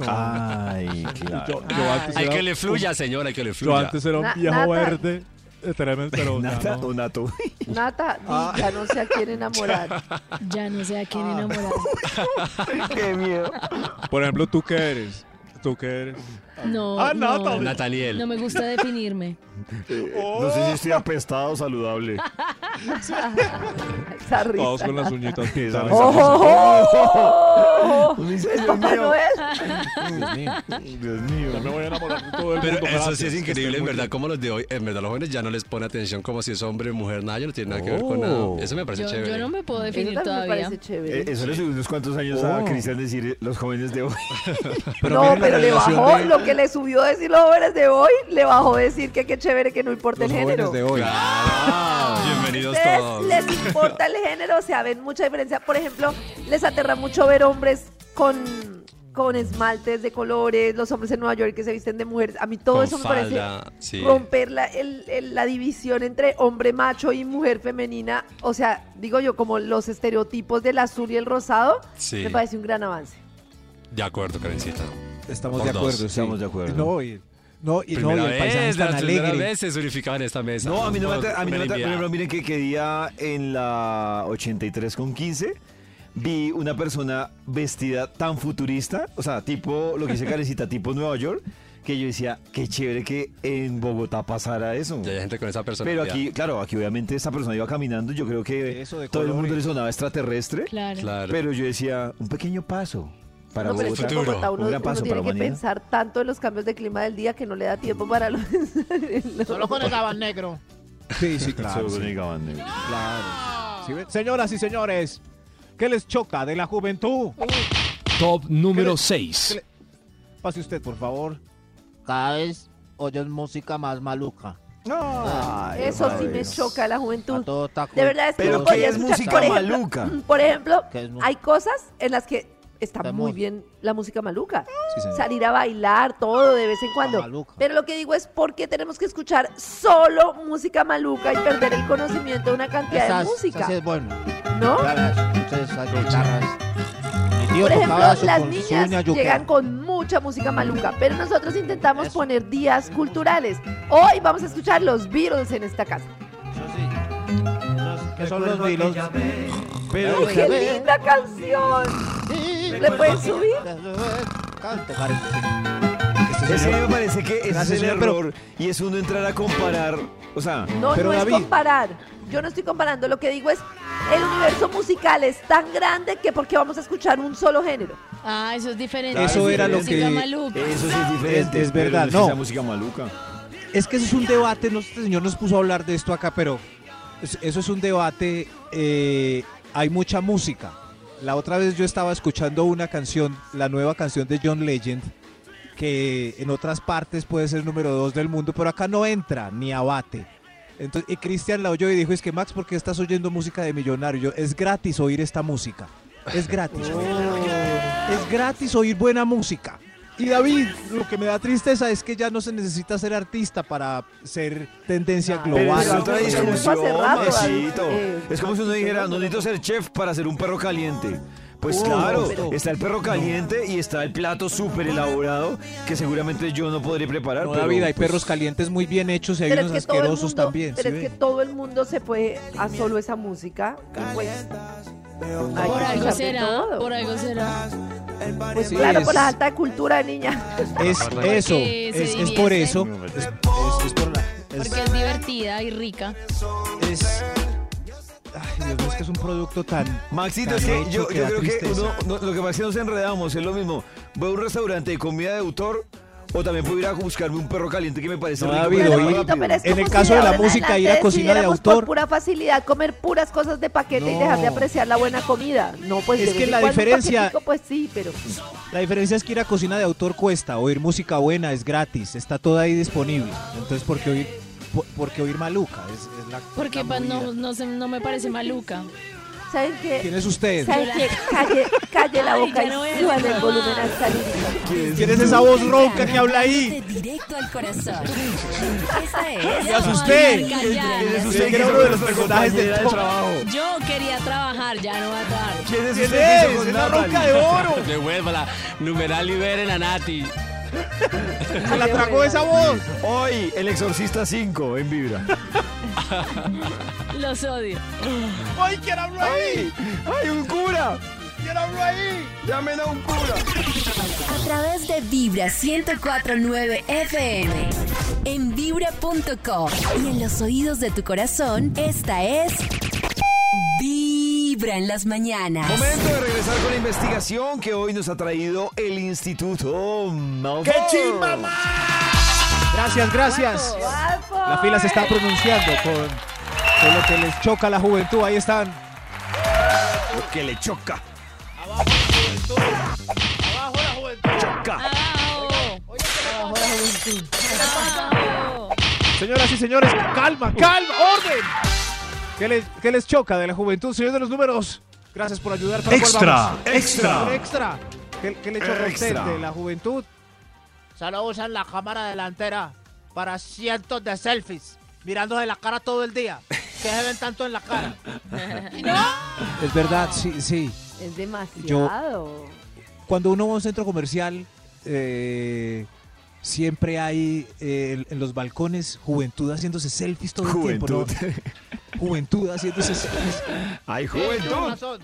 [SPEAKER 2] Ay, claro.
[SPEAKER 4] ah,
[SPEAKER 9] antes
[SPEAKER 6] Hay que le fluya, señor, hay que le fluya.
[SPEAKER 9] era
[SPEAKER 3] un Na- viejo nata. verde,
[SPEAKER 9] eh, tremendo, pero
[SPEAKER 2] Nata o Nato.
[SPEAKER 3] Nata, di, ya no sé a quién enamorar.
[SPEAKER 5] Ya no sé a quién
[SPEAKER 3] Ah.
[SPEAKER 5] enamorar.
[SPEAKER 2] Qué miedo.
[SPEAKER 9] Por ejemplo, ¿tú qué eres? ¿Tú qué eres?
[SPEAKER 5] No,
[SPEAKER 8] Ah, no,
[SPEAKER 5] no,
[SPEAKER 8] Pablo.
[SPEAKER 6] Nataniel.
[SPEAKER 5] no me gusta definirme.
[SPEAKER 2] No sé si estoy apestado o saludable.
[SPEAKER 3] Esa risa.
[SPEAKER 9] las uñitas
[SPEAKER 2] pintadas.
[SPEAKER 3] ¡Oh, oh, oh! ¿Es Papá Noel?
[SPEAKER 2] Dios mío.
[SPEAKER 9] voy a enamorar de todo el
[SPEAKER 6] Pero eso sí es increíble, en verdad, como los de hoy, en verdad los jóvenes ya no les pone atención como si es hombre, mujer, nada, yo no tiene nada que ver con nada. Eso me parece
[SPEAKER 5] Yo,
[SPEAKER 6] chévere.
[SPEAKER 5] yo no me puedo
[SPEAKER 3] Eso
[SPEAKER 5] definir
[SPEAKER 3] también me
[SPEAKER 5] todavía.
[SPEAKER 3] parece
[SPEAKER 2] Eh,
[SPEAKER 3] chévere.
[SPEAKER 2] Eso le subió unos cuantos años a
[SPEAKER 4] Oh.
[SPEAKER 2] Cristian decir eh, los jóvenes de hoy.
[SPEAKER 3] no,
[SPEAKER 4] miren la
[SPEAKER 3] pero le
[SPEAKER 4] revelación
[SPEAKER 3] bajó
[SPEAKER 4] de
[SPEAKER 3] lo que le subió decir los jóvenes de hoy, le bajó decir que qué chévere que no importa
[SPEAKER 4] los
[SPEAKER 3] el
[SPEAKER 4] jóvenes
[SPEAKER 3] género.
[SPEAKER 4] de hoy.
[SPEAKER 6] Claro. Ah, Bienvenidos
[SPEAKER 3] ¿Ustedes
[SPEAKER 6] todos.
[SPEAKER 3] les importa el género? O sea, ven mucha diferencia. Por ejemplo, les aterra mucho ver hombres con, con esmaltes de colores, los hombres en Nueva York que se visten de mujeres. A mí todo
[SPEAKER 6] Con
[SPEAKER 3] eso me
[SPEAKER 6] falda,
[SPEAKER 3] parece
[SPEAKER 6] sí.
[SPEAKER 3] romper la, el- el- la división entre hombre macho y mujer femenina. O sea, digo yo, como los estereotipos del azul y el rosado,
[SPEAKER 6] Sí.
[SPEAKER 3] me parece un gran avance.
[SPEAKER 6] De acuerdo, Karencita.
[SPEAKER 4] Estamos
[SPEAKER 6] Por
[SPEAKER 4] de
[SPEAKER 6] dos,
[SPEAKER 4] acuerdo, sí.
[SPEAKER 2] estamos de acuerdo.
[SPEAKER 4] No, y, no, y, no, y
[SPEAKER 6] Primera
[SPEAKER 4] el paisaje
[SPEAKER 6] vez,
[SPEAKER 4] es
[SPEAKER 6] de
[SPEAKER 4] tan
[SPEAKER 6] las primeras
[SPEAKER 4] alegre.
[SPEAKER 6] veces unificaban esta mesa.
[SPEAKER 2] No, a mí no me
[SPEAKER 6] Por-
[SPEAKER 2] atra- a mí no me
[SPEAKER 6] por
[SPEAKER 2] atra-
[SPEAKER 6] envidia.
[SPEAKER 2] Por ejemplo, miren que, que día en la 83 con 15 vi una persona vestida tan futurista, o sea, tipo lo que dice Carecita, tipo Nueva York, que yo decía, qué chévere que en Bogotá pasara eso.
[SPEAKER 6] Ya hay gente con esa
[SPEAKER 2] Pero
[SPEAKER 6] personalidad.
[SPEAKER 2] aquí, claro, aquí obviamente esta persona iba caminando, yo creo que
[SPEAKER 4] Eso de
[SPEAKER 2] todo el mundo
[SPEAKER 4] colores.
[SPEAKER 2] le sonaba extraterrestre,
[SPEAKER 5] Claro.
[SPEAKER 6] Claro.
[SPEAKER 2] pero yo decía, un pequeño paso para
[SPEAKER 3] No, pero es que
[SPEAKER 2] Bogotá.
[SPEAKER 3] en
[SPEAKER 6] futuro,
[SPEAKER 3] Bogotá uno,
[SPEAKER 2] un gran
[SPEAKER 3] uno
[SPEAKER 2] paso para
[SPEAKER 3] tiene
[SPEAKER 2] la
[SPEAKER 3] que
[SPEAKER 2] humanidad.
[SPEAKER 3] pensar tanto en los cambios de clima del día que no le da tiempo para los...
[SPEAKER 8] Solo con el gabán negro.
[SPEAKER 4] Sí, sí, claro.
[SPEAKER 2] Sobre
[SPEAKER 4] sí,
[SPEAKER 2] Gabande.
[SPEAKER 4] claro. ¿Sí ven? Señoras y señores, ¿qué les choca de la juventud?
[SPEAKER 9] Top número
[SPEAKER 4] qué
[SPEAKER 9] 6.
[SPEAKER 4] le- Pase usted, por favor.
[SPEAKER 8] Cada vez oyes música más maluca.
[SPEAKER 2] Ay,
[SPEAKER 3] Eso sí
[SPEAKER 2] padre.
[SPEAKER 3] me choca la juventud.
[SPEAKER 8] todo está
[SPEAKER 3] De verdad es que
[SPEAKER 2] Pero
[SPEAKER 3] no
[SPEAKER 2] que
[SPEAKER 3] podría
[SPEAKER 2] es
[SPEAKER 3] escuchar,
[SPEAKER 2] música
[SPEAKER 3] por ejemplo, mm,
[SPEAKER 2] maluca.
[SPEAKER 3] Por ejemplo,
[SPEAKER 8] Que es mu-
[SPEAKER 3] hay cosas en las que está
[SPEAKER 8] Está
[SPEAKER 3] muy
[SPEAKER 8] mu-
[SPEAKER 3] bien la música maluca.
[SPEAKER 4] Sí, señor.
[SPEAKER 3] Salir a bailar, todo de vez en cuando.
[SPEAKER 8] maluca.
[SPEAKER 3] Pero lo que digo es por qué tenemos que escuchar solo música maluca y perder el conocimiento de una cantidad
[SPEAKER 8] Esa-
[SPEAKER 3] de música.
[SPEAKER 8] esa sí es bueno.
[SPEAKER 3] ¿No?
[SPEAKER 8] esas guitarras. Mi tío
[SPEAKER 3] Por ejemplo,
[SPEAKER 8] tocaba su-
[SPEAKER 3] las
[SPEAKER 8] con su uña
[SPEAKER 3] niñas
[SPEAKER 8] yuca.
[SPEAKER 3] llegan con mucha música maluca, pero nosotros intentamos poner días culturales. Hoy vamos a escuchar los Beatles en esta casa.
[SPEAKER 8] que son los vilos.
[SPEAKER 3] ¡Ay, ¡Qué linda canción! ¿Le pueden subir?
[SPEAKER 8] eh, Cante, Karen.
[SPEAKER 2] Es que me parece que ese es
[SPEAKER 4] Gracias,
[SPEAKER 2] el
[SPEAKER 4] señor, pero-
[SPEAKER 2] error y es uno entrar a comparar, o sea,
[SPEAKER 3] No,
[SPEAKER 4] Pero,
[SPEAKER 3] no
[SPEAKER 4] David-
[SPEAKER 3] es comparar. Yo no estoy comparando, lo que digo es, el universo musical es tan grande que porque vamos a escuchar un solo género.
[SPEAKER 5] Ah, eso es diferente.
[SPEAKER 4] Eso
[SPEAKER 5] Sí,
[SPEAKER 4] era lo
[SPEAKER 5] música
[SPEAKER 4] que-
[SPEAKER 5] maluca.
[SPEAKER 2] eso sí es diferente.
[SPEAKER 4] es
[SPEAKER 2] pero
[SPEAKER 4] verdad,
[SPEAKER 2] es que
[SPEAKER 4] no.
[SPEAKER 2] esa música maluca.
[SPEAKER 4] Es que eso es un debate, no sé, este señor nos puso a hablar de esto acá, pero es- eso es un debate, eh, hay mucha música. La otra vez yo estaba escuchando una canción, la nueva canción de John Legend, que en otras partes puede ser número dos del mundo, pero acá no entra ni abate. Entonces, y Cristian la oyó y dijo, es que Max, ¿por qué estás oyendo música de millonario? Yo, es gratis oír esta música. Es gratis.
[SPEAKER 2] Oh.
[SPEAKER 4] Es gratis oír buena música. Y David, lo que me da tristeza es que ya no se necesita ser artista para ser tendencia
[SPEAKER 3] No,
[SPEAKER 2] Pero
[SPEAKER 4] global.
[SPEAKER 2] es otra
[SPEAKER 3] Eso fue hace
[SPEAKER 2] discusión,
[SPEAKER 3] rato,
[SPEAKER 2] Maxito.
[SPEAKER 3] David. Eh,
[SPEAKER 2] Es como si uno dijera, no necesito ser chef para ser un perro caliente. Pues
[SPEAKER 3] Uh,
[SPEAKER 2] claro, está el perro caliente y está el plato súper elaborado que seguramente yo no podré preparar.
[SPEAKER 4] No,
[SPEAKER 2] pero,
[SPEAKER 4] David, hay
[SPEAKER 2] pues,
[SPEAKER 4] perros calientes muy bien hechos y hay
[SPEAKER 3] Pero es
[SPEAKER 4] unos
[SPEAKER 3] que todo el
[SPEAKER 4] asquerosos
[SPEAKER 3] mundo,
[SPEAKER 4] también. ¿sí
[SPEAKER 3] pero es
[SPEAKER 4] ve?
[SPEAKER 3] que todo el mundo se fue a solo esa música. Pues, hay que
[SPEAKER 5] Por algo
[SPEAKER 3] escuchar de
[SPEAKER 5] será,
[SPEAKER 3] todo.
[SPEAKER 5] por algo será.
[SPEAKER 3] Pues
[SPEAKER 4] Sí,
[SPEAKER 3] claro,
[SPEAKER 4] es-
[SPEAKER 3] por la alta cultura, niña.
[SPEAKER 4] Es
[SPEAKER 6] Porque
[SPEAKER 4] eso,
[SPEAKER 5] se
[SPEAKER 4] es, es
[SPEAKER 5] divierte.
[SPEAKER 4] por eso. Es, es- es por la- es-
[SPEAKER 5] Porque es divertida y rica.
[SPEAKER 4] es- Ay, Dios mío, es que es un producto tan...
[SPEAKER 2] Maxito,
[SPEAKER 4] Tan
[SPEAKER 2] es que
[SPEAKER 4] hecho
[SPEAKER 2] yo,
[SPEAKER 4] que
[SPEAKER 2] yo
[SPEAKER 4] da
[SPEAKER 2] creo que
[SPEAKER 4] tristeza.
[SPEAKER 2] uno, no- lo que pasa es que nos enredamos, es lo mismo. Voy a un restaurante de comida de autor o también puedo ir a buscarme un perro caliente que me parece
[SPEAKER 4] No,
[SPEAKER 2] rico,
[SPEAKER 4] David,
[SPEAKER 2] pero
[SPEAKER 4] oí-
[SPEAKER 2] rápido.
[SPEAKER 3] Maxito, pero es
[SPEAKER 4] en
[SPEAKER 3] como
[SPEAKER 4] el
[SPEAKER 3] si
[SPEAKER 4] caso de la
[SPEAKER 3] ahora en
[SPEAKER 4] música, ir a
[SPEAKER 3] adelante
[SPEAKER 4] cocina de
[SPEAKER 3] decidiéramos por
[SPEAKER 4] autor.
[SPEAKER 3] pura facilidad, comer puras cosas de paquete y
[SPEAKER 4] No.
[SPEAKER 3] dejar de apreciar la buena comida. No, pues
[SPEAKER 4] Es
[SPEAKER 3] de
[SPEAKER 4] que
[SPEAKER 3] vez en
[SPEAKER 4] la
[SPEAKER 3] cuando un
[SPEAKER 4] diferencia-
[SPEAKER 3] paquetico, Pues sí, pero...
[SPEAKER 4] La diferencia es que ir a cocina de autor cuesta, oír música buena es gratis, está toda ahí disponible. Entonces, ¿por qué oír, por, por qué oír maluca? Es, es la,
[SPEAKER 5] Porque
[SPEAKER 4] la
[SPEAKER 3] pues
[SPEAKER 5] pa- no,
[SPEAKER 4] movida.
[SPEAKER 5] no, se- no me parece maluca.
[SPEAKER 3] ¿Saben qué?
[SPEAKER 4] ¿Quién es usted?
[SPEAKER 3] ¿Saben qué? Calle, calle la
[SPEAKER 5] Ay,
[SPEAKER 3] boca
[SPEAKER 5] ya no
[SPEAKER 3] y
[SPEAKER 5] es.
[SPEAKER 3] suban el volumen hasta el inicio.
[SPEAKER 4] ¿Quién es esa voz ronca que habla ahí?
[SPEAKER 1] Directo al corazón. Esa es.
[SPEAKER 4] Me asusté.
[SPEAKER 5] Ay, callada.
[SPEAKER 2] Es
[SPEAKER 4] Usted
[SPEAKER 2] usted que
[SPEAKER 4] era
[SPEAKER 2] hizo
[SPEAKER 4] uno de los
[SPEAKER 2] con nuestra
[SPEAKER 4] personajes del
[SPEAKER 2] compañera
[SPEAKER 4] top.
[SPEAKER 2] trabajo.
[SPEAKER 5] Yo quería trabajar, ya no va a dar.
[SPEAKER 2] ¿Quién es
[SPEAKER 4] ¿Quién
[SPEAKER 2] usted que hizo
[SPEAKER 4] es?
[SPEAKER 2] con
[SPEAKER 4] Es la
[SPEAKER 2] Natalie?
[SPEAKER 4] ronca de oro.
[SPEAKER 6] Devuélvala. Numeral liberen a Nati.
[SPEAKER 4] Se
[SPEAKER 2] pues,
[SPEAKER 4] la tragó esa voz.
[SPEAKER 2] Hoy, El Exorcista 5 en Vibra.
[SPEAKER 5] Los odio.
[SPEAKER 4] ¡Ay, quién habló
[SPEAKER 2] ¡Ay! ¡Ay, un cura!
[SPEAKER 4] ¿Quién habló ahí?
[SPEAKER 2] ¡Llamen a un cura!
[SPEAKER 1] A través de Vibra 104.9 FM. En vibra.com. Y en los oídos de tu corazón, esta es. Vibra en las mañanas.
[SPEAKER 2] Momento de regresar con la investigación que hoy nos ha traído el Instituto Malfoy.
[SPEAKER 4] Gracias, gracias. La fila se está pronunciando con, con lo que les choca a la juventud. Ahí están.
[SPEAKER 2] Lo Que le choca.
[SPEAKER 8] Abajo la juventud.
[SPEAKER 2] Choca.
[SPEAKER 5] Abajo. Abajo.
[SPEAKER 4] Señoras y señores, calma, calma, orden. ¿Qué les, qué les choca de la juventud, señor de los números? Gracias por ayudar. pero
[SPEAKER 7] Extra,
[SPEAKER 4] volvamos.
[SPEAKER 7] extra.
[SPEAKER 4] Extra. ¿Qué, qué le choca a usted
[SPEAKER 2] Extra.
[SPEAKER 4] de la juventud?
[SPEAKER 8] Solo usan la cámara delantera para cientos de selfies, mirándose la cara todo el día. Que se ven tanto en la cara.
[SPEAKER 4] Es verdad, sí, sí.
[SPEAKER 3] Es demasiado.
[SPEAKER 4] cuando uno va a un centro comercial, eh, siempre hay eh, en- en los balcones juventud haciéndose selfies todo el
[SPEAKER 2] Juventud.
[SPEAKER 4] tiempo. ¿no? Juventud haciéndose selfies
[SPEAKER 2] ¡Ay,
[SPEAKER 8] Tienes
[SPEAKER 2] juventud!
[SPEAKER 8] razón.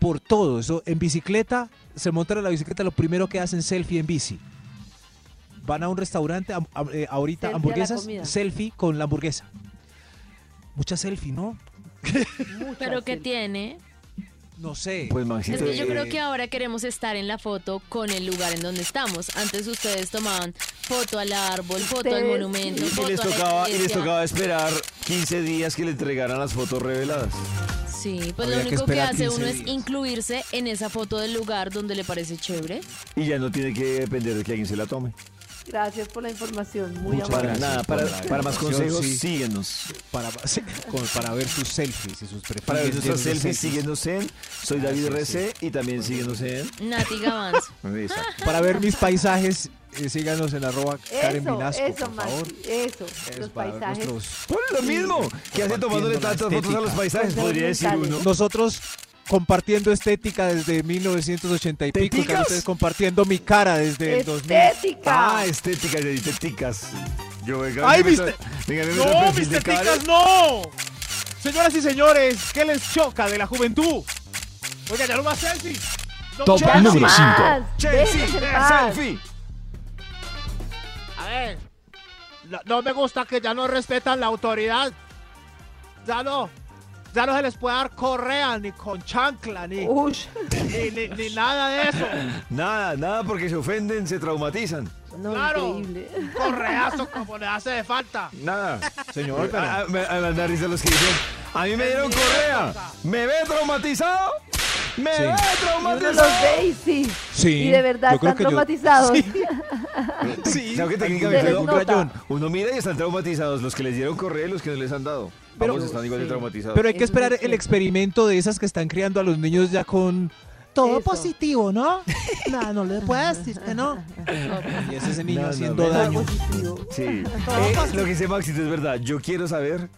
[SPEAKER 4] por todo. Eso en bicicleta, se montan a la bicicleta, lo primero que hacen selfie en bici. Van a un restaurante, am- am- eh, ahorita
[SPEAKER 3] Selfie a la
[SPEAKER 4] hamburguesas,
[SPEAKER 3] comida.
[SPEAKER 4] selfie con la hamburguesa. Mucha selfie, ¿no?
[SPEAKER 3] Muchas
[SPEAKER 5] Pero ¿qué
[SPEAKER 3] selfies.
[SPEAKER 5] tiene?
[SPEAKER 4] No sé.
[SPEAKER 2] Pues
[SPEAKER 5] Es
[SPEAKER 2] Maxito.
[SPEAKER 5] que yo
[SPEAKER 2] eh,
[SPEAKER 5] creo que ahora queremos estar en la foto con el lugar en donde estamos. Antes ustedes tomaban foto al árbol, foto al
[SPEAKER 3] Ustedes-
[SPEAKER 5] monumento,
[SPEAKER 2] y
[SPEAKER 5] foto
[SPEAKER 2] les,
[SPEAKER 5] a la
[SPEAKER 2] tocaba, y les
[SPEAKER 5] iglesia.
[SPEAKER 2] tocaba esperar 15 días que le entregaran las fotos reveladas.
[SPEAKER 5] Sí, pues
[SPEAKER 4] Había
[SPEAKER 5] lo
[SPEAKER 4] que
[SPEAKER 5] único que,
[SPEAKER 4] esperar
[SPEAKER 5] hace
[SPEAKER 4] 15
[SPEAKER 5] uno es
[SPEAKER 4] días.
[SPEAKER 5] incluirse en esa foto del lugar donde le parece chévere.
[SPEAKER 2] Y ya no tiene que depender de que alguien se la tome.
[SPEAKER 3] Gracias por la información, muy
[SPEAKER 4] Muchas
[SPEAKER 3] amable.
[SPEAKER 2] Para
[SPEAKER 4] gracias
[SPEAKER 2] nada,
[SPEAKER 4] por
[SPEAKER 2] para,
[SPEAKER 4] la
[SPEAKER 2] para más
[SPEAKER 4] información,
[SPEAKER 2] consejos,
[SPEAKER 4] sí.
[SPEAKER 2] síguenos.
[SPEAKER 4] Para, sí, como para ver sus selfies y sus perfiles.
[SPEAKER 2] Para ver
[SPEAKER 4] llenos
[SPEAKER 2] nuestras
[SPEAKER 4] de
[SPEAKER 2] selfies, síguenos en Soy David
[SPEAKER 4] Gracias,
[SPEAKER 2] RC y también síguenos en. Ah,
[SPEAKER 5] Nati Gavanzo.
[SPEAKER 2] Exacto.
[SPEAKER 4] Para ver mis paisajes, eh, síganos en arroba Karen
[SPEAKER 3] Eso,
[SPEAKER 4] Vinasco,
[SPEAKER 3] eso,
[SPEAKER 4] por
[SPEAKER 3] Maxi,
[SPEAKER 4] favor.
[SPEAKER 3] eso,
[SPEAKER 4] Es
[SPEAKER 3] los
[SPEAKER 4] para ver
[SPEAKER 3] paisajes.
[SPEAKER 4] nuestros-
[SPEAKER 2] Por lo mismo que hace
[SPEAKER 4] Compartiendo
[SPEAKER 2] tomándole
[SPEAKER 4] la
[SPEAKER 2] tantas fotos a los
[SPEAKER 4] estética.
[SPEAKER 2] paisajes,
[SPEAKER 3] Pues
[SPEAKER 2] podría decir
[SPEAKER 3] orientales.
[SPEAKER 2] uno.
[SPEAKER 4] Nosotros compartiendo estética desde 1980 y pico, están
[SPEAKER 2] ¿Teticas?
[SPEAKER 4] ustedes compartiendo mi cara desde el 2000.
[SPEAKER 3] Estética.
[SPEAKER 2] Ah, estéticas, estéticas. Yo, venga,
[SPEAKER 4] ¡Ay,
[SPEAKER 2] me meto-
[SPEAKER 4] viste!
[SPEAKER 2] venga, me meto al
[SPEAKER 4] ¡No,
[SPEAKER 2] perfil
[SPEAKER 4] mis
[SPEAKER 2] de Karen.
[SPEAKER 4] teticas, no! Señoras y señores, ¿qué les choca de la juventud? Oiga, ya no más selfies. No
[SPEAKER 7] Top
[SPEAKER 4] más
[SPEAKER 3] Ya no
[SPEAKER 7] número
[SPEAKER 3] más,
[SPEAKER 7] cinco.
[SPEAKER 3] déjense
[SPEAKER 2] Chelsea,
[SPEAKER 3] en
[SPEAKER 2] eh,
[SPEAKER 3] paz.
[SPEAKER 2] selfie.
[SPEAKER 8] A ver, no, no me gusta que ya no respetan la autoridad. Ya no. Ya no se les puede dar correa, ni con chancla, ni,
[SPEAKER 3] Ush,
[SPEAKER 8] ni, ni- ni nada de eso.
[SPEAKER 2] Nada, nada porque se ofenden, se traumatizan.
[SPEAKER 3] no,
[SPEAKER 8] Claro.
[SPEAKER 3] increíble.
[SPEAKER 8] Correazo como le hace de falta.
[SPEAKER 2] Nada.
[SPEAKER 4] Señor, pero-
[SPEAKER 2] A, a- me- a las narices los que dicen, a mí me dieron correa. ¿Me ve traumatizado? ¿Me
[SPEAKER 4] Sí.
[SPEAKER 2] ve
[SPEAKER 3] Y uno los
[SPEAKER 2] traumatizado?
[SPEAKER 3] ve y sí.
[SPEAKER 4] Sí,
[SPEAKER 3] Y de verdad
[SPEAKER 4] yo creo
[SPEAKER 3] están
[SPEAKER 4] que yo-
[SPEAKER 3] traumatizados.
[SPEAKER 4] Sí.
[SPEAKER 2] ¿Sabe
[SPEAKER 4] Sí,
[SPEAKER 2] qué técnica
[SPEAKER 3] Se
[SPEAKER 2] me
[SPEAKER 3] les
[SPEAKER 2] quedó?
[SPEAKER 3] nota.
[SPEAKER 2] Uno mira y están traumatizados los que les dieron correa y los que no les han dado.
[SPEAKER 4] Pero-
[SPEAKER 2] Ambos están igual de
[SPEAKER 3] sí.
[SPEAKER 2] traumatizados.
[SPEAKER 4] Pero hay que
[SPEAKER 3] Eso sí
[SPEAKER 4] esperar el
[SPEAKER 3] es cierto.
[SPEAKER 4] experimento de esas que están criando a los niños ya con...
[SPEAKER 3] Todo
[SPEAKER 4] positivo, ¿no?
[SPEAKER 8] No, no le puedes decir que no.
[SPEAKER 4] Y es ese niño
[SPEAKER 2] No, no,
[SPEAKER 4] haciendo
[SPEAKER 2] no.
[SPEAKER 4] daño.
[SPEAKER 3] Positivo.
[SPEAKER 2] Sí. Eh, lo que dice Maxi es verdad. Yo quiero saber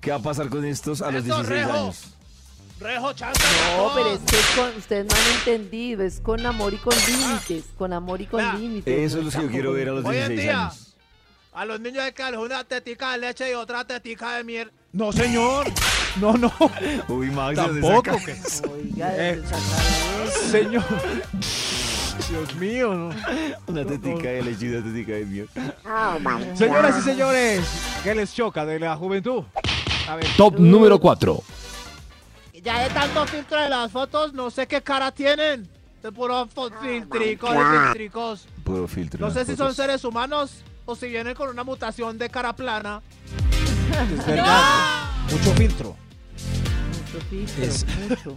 [SPEAKER 2] qué va a pasar con estos a los
[SPEAKER 8] Eso,
[SPEAKER 2] 16
[SPEAKER 8] Rejo.
[SPEAKER 2] años.
[SPEAKER 8] Rejo, chancla.
[SPEAKER 3] No,
[SPEAKER 8] con
[SPEAKER 3] pero es que es con, ustedes no han entendido, es con amor y con límites, con amor y con
[SPEAKER 8] Vea,
[SPEAKER 3] límites.
[SPEAKER 2] Eso
[SPEAKER 3] no
[SPEAKER 2] es lo que yo
[SPEAKER 3] tampoco-
[SPEAKER 2] quiero ver a los
[SPEAKER 8] Hoy en
[SPEAKER 2] 16
[SPEAKER 8] día.
[SPEAKER 2] años.
[SPEAKER 8] A los niños hay que darles una tetica de leche y otra tetica de miel.
[SPEAKER 4] No, señor. No, no.
[SPEAKER 2] Uy, Maxi, ¿dónde
[SPEAKER 4] Tampoco.
[SPEAKER 2] saca?
[SPEAKER 3] Oiga,
[SPEAKER 4] Eh.
[SPEAKER 3] ¿dónde sacaron eso?
[SPEAKER 4] Señor. Dios mío. no.
[SPEAKER 2] Una tetica de leche y una tetica de miel.
[SPEAKER 4] Señoras y señores, ¿qué les choca de la juventud? A ver.
[SPEAKER 7] Top número 4.
[SPEAKER 8] Ya de tanto filtro de las fotos, no sé qué cara tienen. De puros fo- filtricos, de filtricos.
[SPEAKER 2] Puro filtro.
[SPEAKER 8] No
[SPEAKER 2] en
[SPEAKER 8] sé
[SPEAKER 2] las
[SPEAKER 8] si son
[SPEAKER 2] fotos.
[SPEAKER 8] seres humanos o si vienen con una mutación de cara plana.
[SPEAKER 4] Es verdad. Mucho filtro.
[SPEAKER 3] Mucho filtro,
[SPEAKER 4] Es-
[SPEAKER 3] mucho.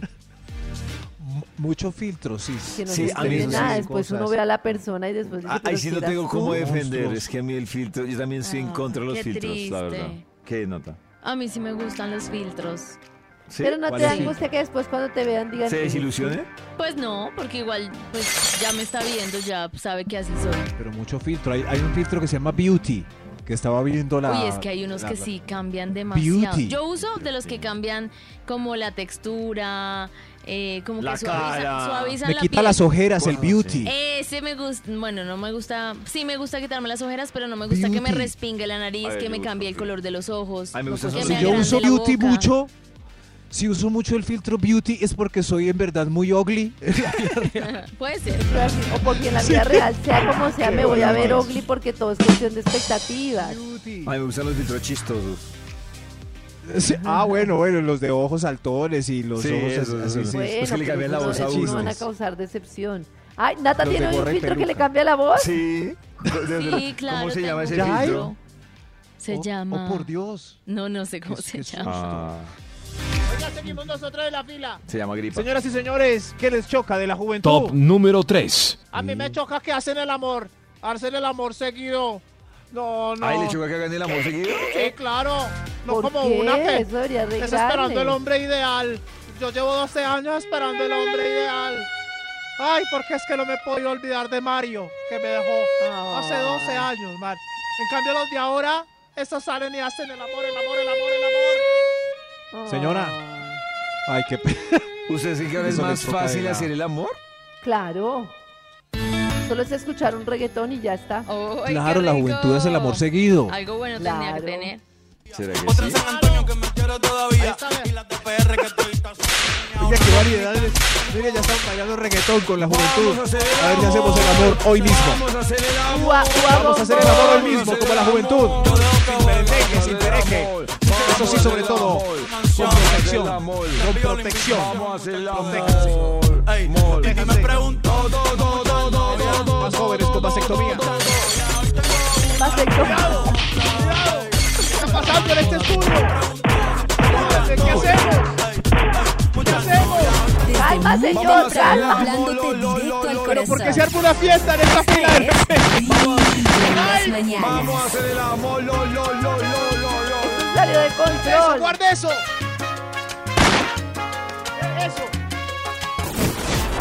[SPEAKER 4] Mu- Mucho filtro, sí.
[SPEAKER 3] Que no
[SPEAKER 2] Sí,
[SPEAKER 3] se
[SPEAKER 2] a mí
[SPEAKER 3] entiende
[SPEAKER 2] eso sí.
[SPEAKER 3] nada, después uno
[SPEAKER 4] Cosas.
[SPEAKER 3] ve a la persona y después dice,
[SPEAKER 2] Ah,
[SPEAKER 3] pero
[SPEAKER 2] Ahí sí
[SPEAKER 3] si
[SPEAKER 2] no
[SPEAKER 3] eras
[SPEAKER 2] tengo
[SPEAKER 3] tú.
[SPEAKER 2] cómo defender.
[SPEAKER 4] Monstruos.
[SPEAKER 2] Es que a mí el filtro. Yo también estoy en
[SPEAKER 5] Ah,
[SPEAKER 2] contra de los
[SPEAKER 5] qué
[SPEAKER 2] filtros, la
[SPEAKER 5] triste.
[SPEAKER 2] verdad. Qué nota.
[SPEAKER 5] A mí sí me gustan los filtros.
[SPEAKER 2] ¿Sí?
[SPEAKER 3] Pero no
[SPEAKER 4] ¿Cuál
[SPEAKER 3] te da
[SPEAKER 4] es?
[SPEAKER 3] angustia que después cuando te vean digan...
[SPEAKER 2] ¿Se
[SPEAKER 3] "Uy,
[SPEAKER 2] desilusione?
[SPEAKER 5] Pues no, porque igual pues ya me está viendo, ya sabe que así soy.
[SPEAKER 4] Pero mucho filtro. Hay, hay un filtro que se llama Beauty, que estaba viendo la...
[SPEAKER 5] Uy, es que hay unos
[SPEAKER 4] la-
[SPEAKER 5] que
[SPEAKER 4] la-
[SPEAKER 5] sí cambian demasiado.
[SPEAKER 4] Beauty.
[SPEAKER 5] Yo uso de los que cambian como la textura, eh, como
[SPEAKER 2] La
[SPEAKER 5] que suavizan,
[SPEAKER 2] cara.
[SPEAKER 5] suavizan
[SPEAKER 4] Me
[SPEAKER 5] la
[SPEAKER 4] quita
[SPEAKER 5] piel. Eh,
[SPEAKER 4] las ojeras, el
[SPEAKER 2] Cosas así.
[SPEAKER 4] Beauty.
[SPEAKER 5] Ese me gusta, bueno, no me gusta, sí me gusta quitarme las ojeras, pero no me gusta que me
[SPEAKER 4] Beauty.
[SPEAKER 5] respingue la nariz,
[SPEAKER 2] A ver,
[SPEAKER 5] que
[SPEAKER 2] yo
[SPEAKER 5] me
[SPEAKER 2] busco
[SPEAKER 5] cambie el
[SPEAKER 2] Beauty.
[SPEAKER 5] color de los ojos.
[SPEAKER 2] A mí me gustan
[SPEAKER 5] que
[SPEAKER 2] esos
[SPEAKER 4] Si
[SPEAKER 5] me
[SPEAKER 4] yo
[SPEAKER 2] filtros.
[SPEAKER 4] uso
[SPEAKER 5] agrande la
[SPEAKER 4] beauty
[SPEAKER 5] boca.
[SPEAKER 4] mucho, si uso mucho el filtro beauty es porque soy en verdad muy ugly.
[SPEAKER 5] Puede ser.
[SPEAKER 3] Yo así, O porque en la vida real, sea como sea, me voy a ver ugly porque todo es cuestión de expectativas.
[SPEAKER 2] A mí me gustan los filtros chistosos.
[SPEAKER 4] Sí, Ah, bueno, bueno, los de ojos saltones y los
[SPEAKER 2] Sí,
[SPEAKER 4] ojos
[SPEAKER 2] eso,
[SPEAKER 4] así,
[SPEAKER 2] eso,
[SPEAKER 4] sí.
[SPEAKER 2] eso. Es pues que le
[SPEAKER 3] pero
[SPEAKER 2] cambian la
[SPEAKER 3] esos
[SPEAKER 2] voz
[SPEAKER 3] no-
[SPEAKER 2] a
[SPEAKER 3] esos
[SPEAKER 2] uno.
[SPEAKER 3] No van a causar decepción. Ay, Nata
[SPEAKER 4] Los de
[SPEAKER 3] tiene hoy un
[SPEAKER 4] gorra y
[SPEAKER 3] filtro que le
[SPEAKER 4] peluca.
[SPEAKER 3] cambia la voz.
[SPEAKER 2] Sí.
[SPEAKER 5] Sí, claro.
[SPEAKER 2] ¿Cómo se
[SPEAKER 5] tengo
[SPEAKER 2] llama ese
[SPEAKER 4] uno.
[SPEAKER 5] uno.
[SPEAKER 2] filtro?
[SPEAKER 5] Se
[SPEAKER 4] Oh,
[SPEAKER 5] llama.
[SPEAKER 4] Oh, por Dios.
[SPEAKER 5] No, no sé cómo
[SPEAKER 4] Qué-
[SPEAKER 5] se
[SPEAKER 4] qué
[SPEAKER 5] llama.
[SPEAKER 2] Ah,
[SPEAKER 8] Oiga, seguimos nosotros en la fila.
[SPEAKER 2] se llama gripa.
[SPEAKER 4] Señoras y señores, ¿qué les choca de la juventud?
[SPEAKER 7] Top número 3.
[SPEAKER 8] A mí me choca que hacen el amor. Hacen el amor seguido. No, no.
[SPEAKER 2] Ay, le choca que hagan el amor seguido.
[SPEAKER 8] Sí, claro. No
[SPEAKER 3] ¿Por
[SPEAKER 8] como
[SPEAKER 3] qué?
[SPEAKER 8] una que
[SPEAKER 3] Eso debería
[SPEAKER 8] es
[SPEAKER 3] arreglarse.
[SPEAKER 8] esperando el hombre ideal. Yo llevo 12 años esperando el hombre ideal. Ay, porque es que no me puedo olvidar de Mario, que me dejó hace 12 años, man. En cambio, los de ahora, esos salen y hacen el amor, el amor, el amor, el amor.
[SPEAKER 3] Ah,
[SPEAKER 4] Señora. Ay, qué pena.
[SPEAKER 2] ¿Ustedes creen que ahora es
[SPEAKER 4] Eso les
[SPEAKER 2] más
[SPEAKER 4] toca de
[SPEAKER 2] fácil
[SPEAKER 4] lado.
[SPEAKER 2] hacer el amor?
[SPEAKER 3] Claro. Solo es escuchar un reggaetón y ya está.
[SPEAKER 5] Oh, ay, qué
[SPEAKER 4] Claro, la
[SPEAKER 5] rico.
[SPEAKER 4] juventud es el amor seguido.
[SPEAKER 5] Algo bueno tenía
[SPEAKER 3] Claro.
[SPEAKER 5] que tener.
[SPEAKER 2] ¿Será que sí?
[SPEAKER 8] Ahí está, ve.
[SPEAKER 4] Mira qué variedades. Mira, ya están bailando reggaetón con la juventud.
[SPEAKER 2] Vamos a hacer el
[SPEAKER 4] A ver si hacemos el amor hoy mismo.
[SPEAKER 2] Vamos a hacer el amor.
[SPEAKER 3] Ua, ua,
[SPEAKER 4] Vamos a hacer el
[SPEAKER 3] bombo.
[SPEAKER 4] amor hoy mismo, como la juventud. Sin pereque, sin pereque. Eso sí, sobre todo. Con protección. Con protección.
[SPEAKER 2] Vamos a hacer el
[SPEAKER 4] Protéjanse.
[SPEAKER 2] amor. Amor.
[SPEAKER 4] me pregunto. Más jóvenes con vasectomía.
[SPEAKER 3] Vasectomía.
[SPEAKER 8] ¿Qué está pasando en este estudio? Ayúdenme, ¿Qué hacemos? ¿Qué hacemos?
[SPEAKER 3] Ay,
[SPEAKER 1] Desde
[SPEAKER 3] ¡Ya, señor!
[SPEAKER 2] Vamos a
[SPEAKER 3] ¡Calma!
[SPEAKER 2] hacer-
[SPEAKER 1] hablándote
[SPEAKER 2] lo, lo,
[SPEAKER 1] directo al
[SPEAKER 2] lo, lo,
[SPEAKER 8] Pero
[SPEAKER 1] corazón.
[SPEAKER 8] porque se arma una fiesta en esta fila de
[SPEAKER 1] Esto es Vibra en las
[SPEAKER 8] Ay,
[SPEAKER 2] Vamos a
[SPEAKER 1] mañanas.
[SPEAKER 2] hacer el amor, lo, lo, lo, lo, lo, lo.
[SPEAKER 3] ¡Salió de
[SPEAKER 8] Eso,
[SPEAKER 3] control!
[SPEAKER 8] guarda eso. Eso.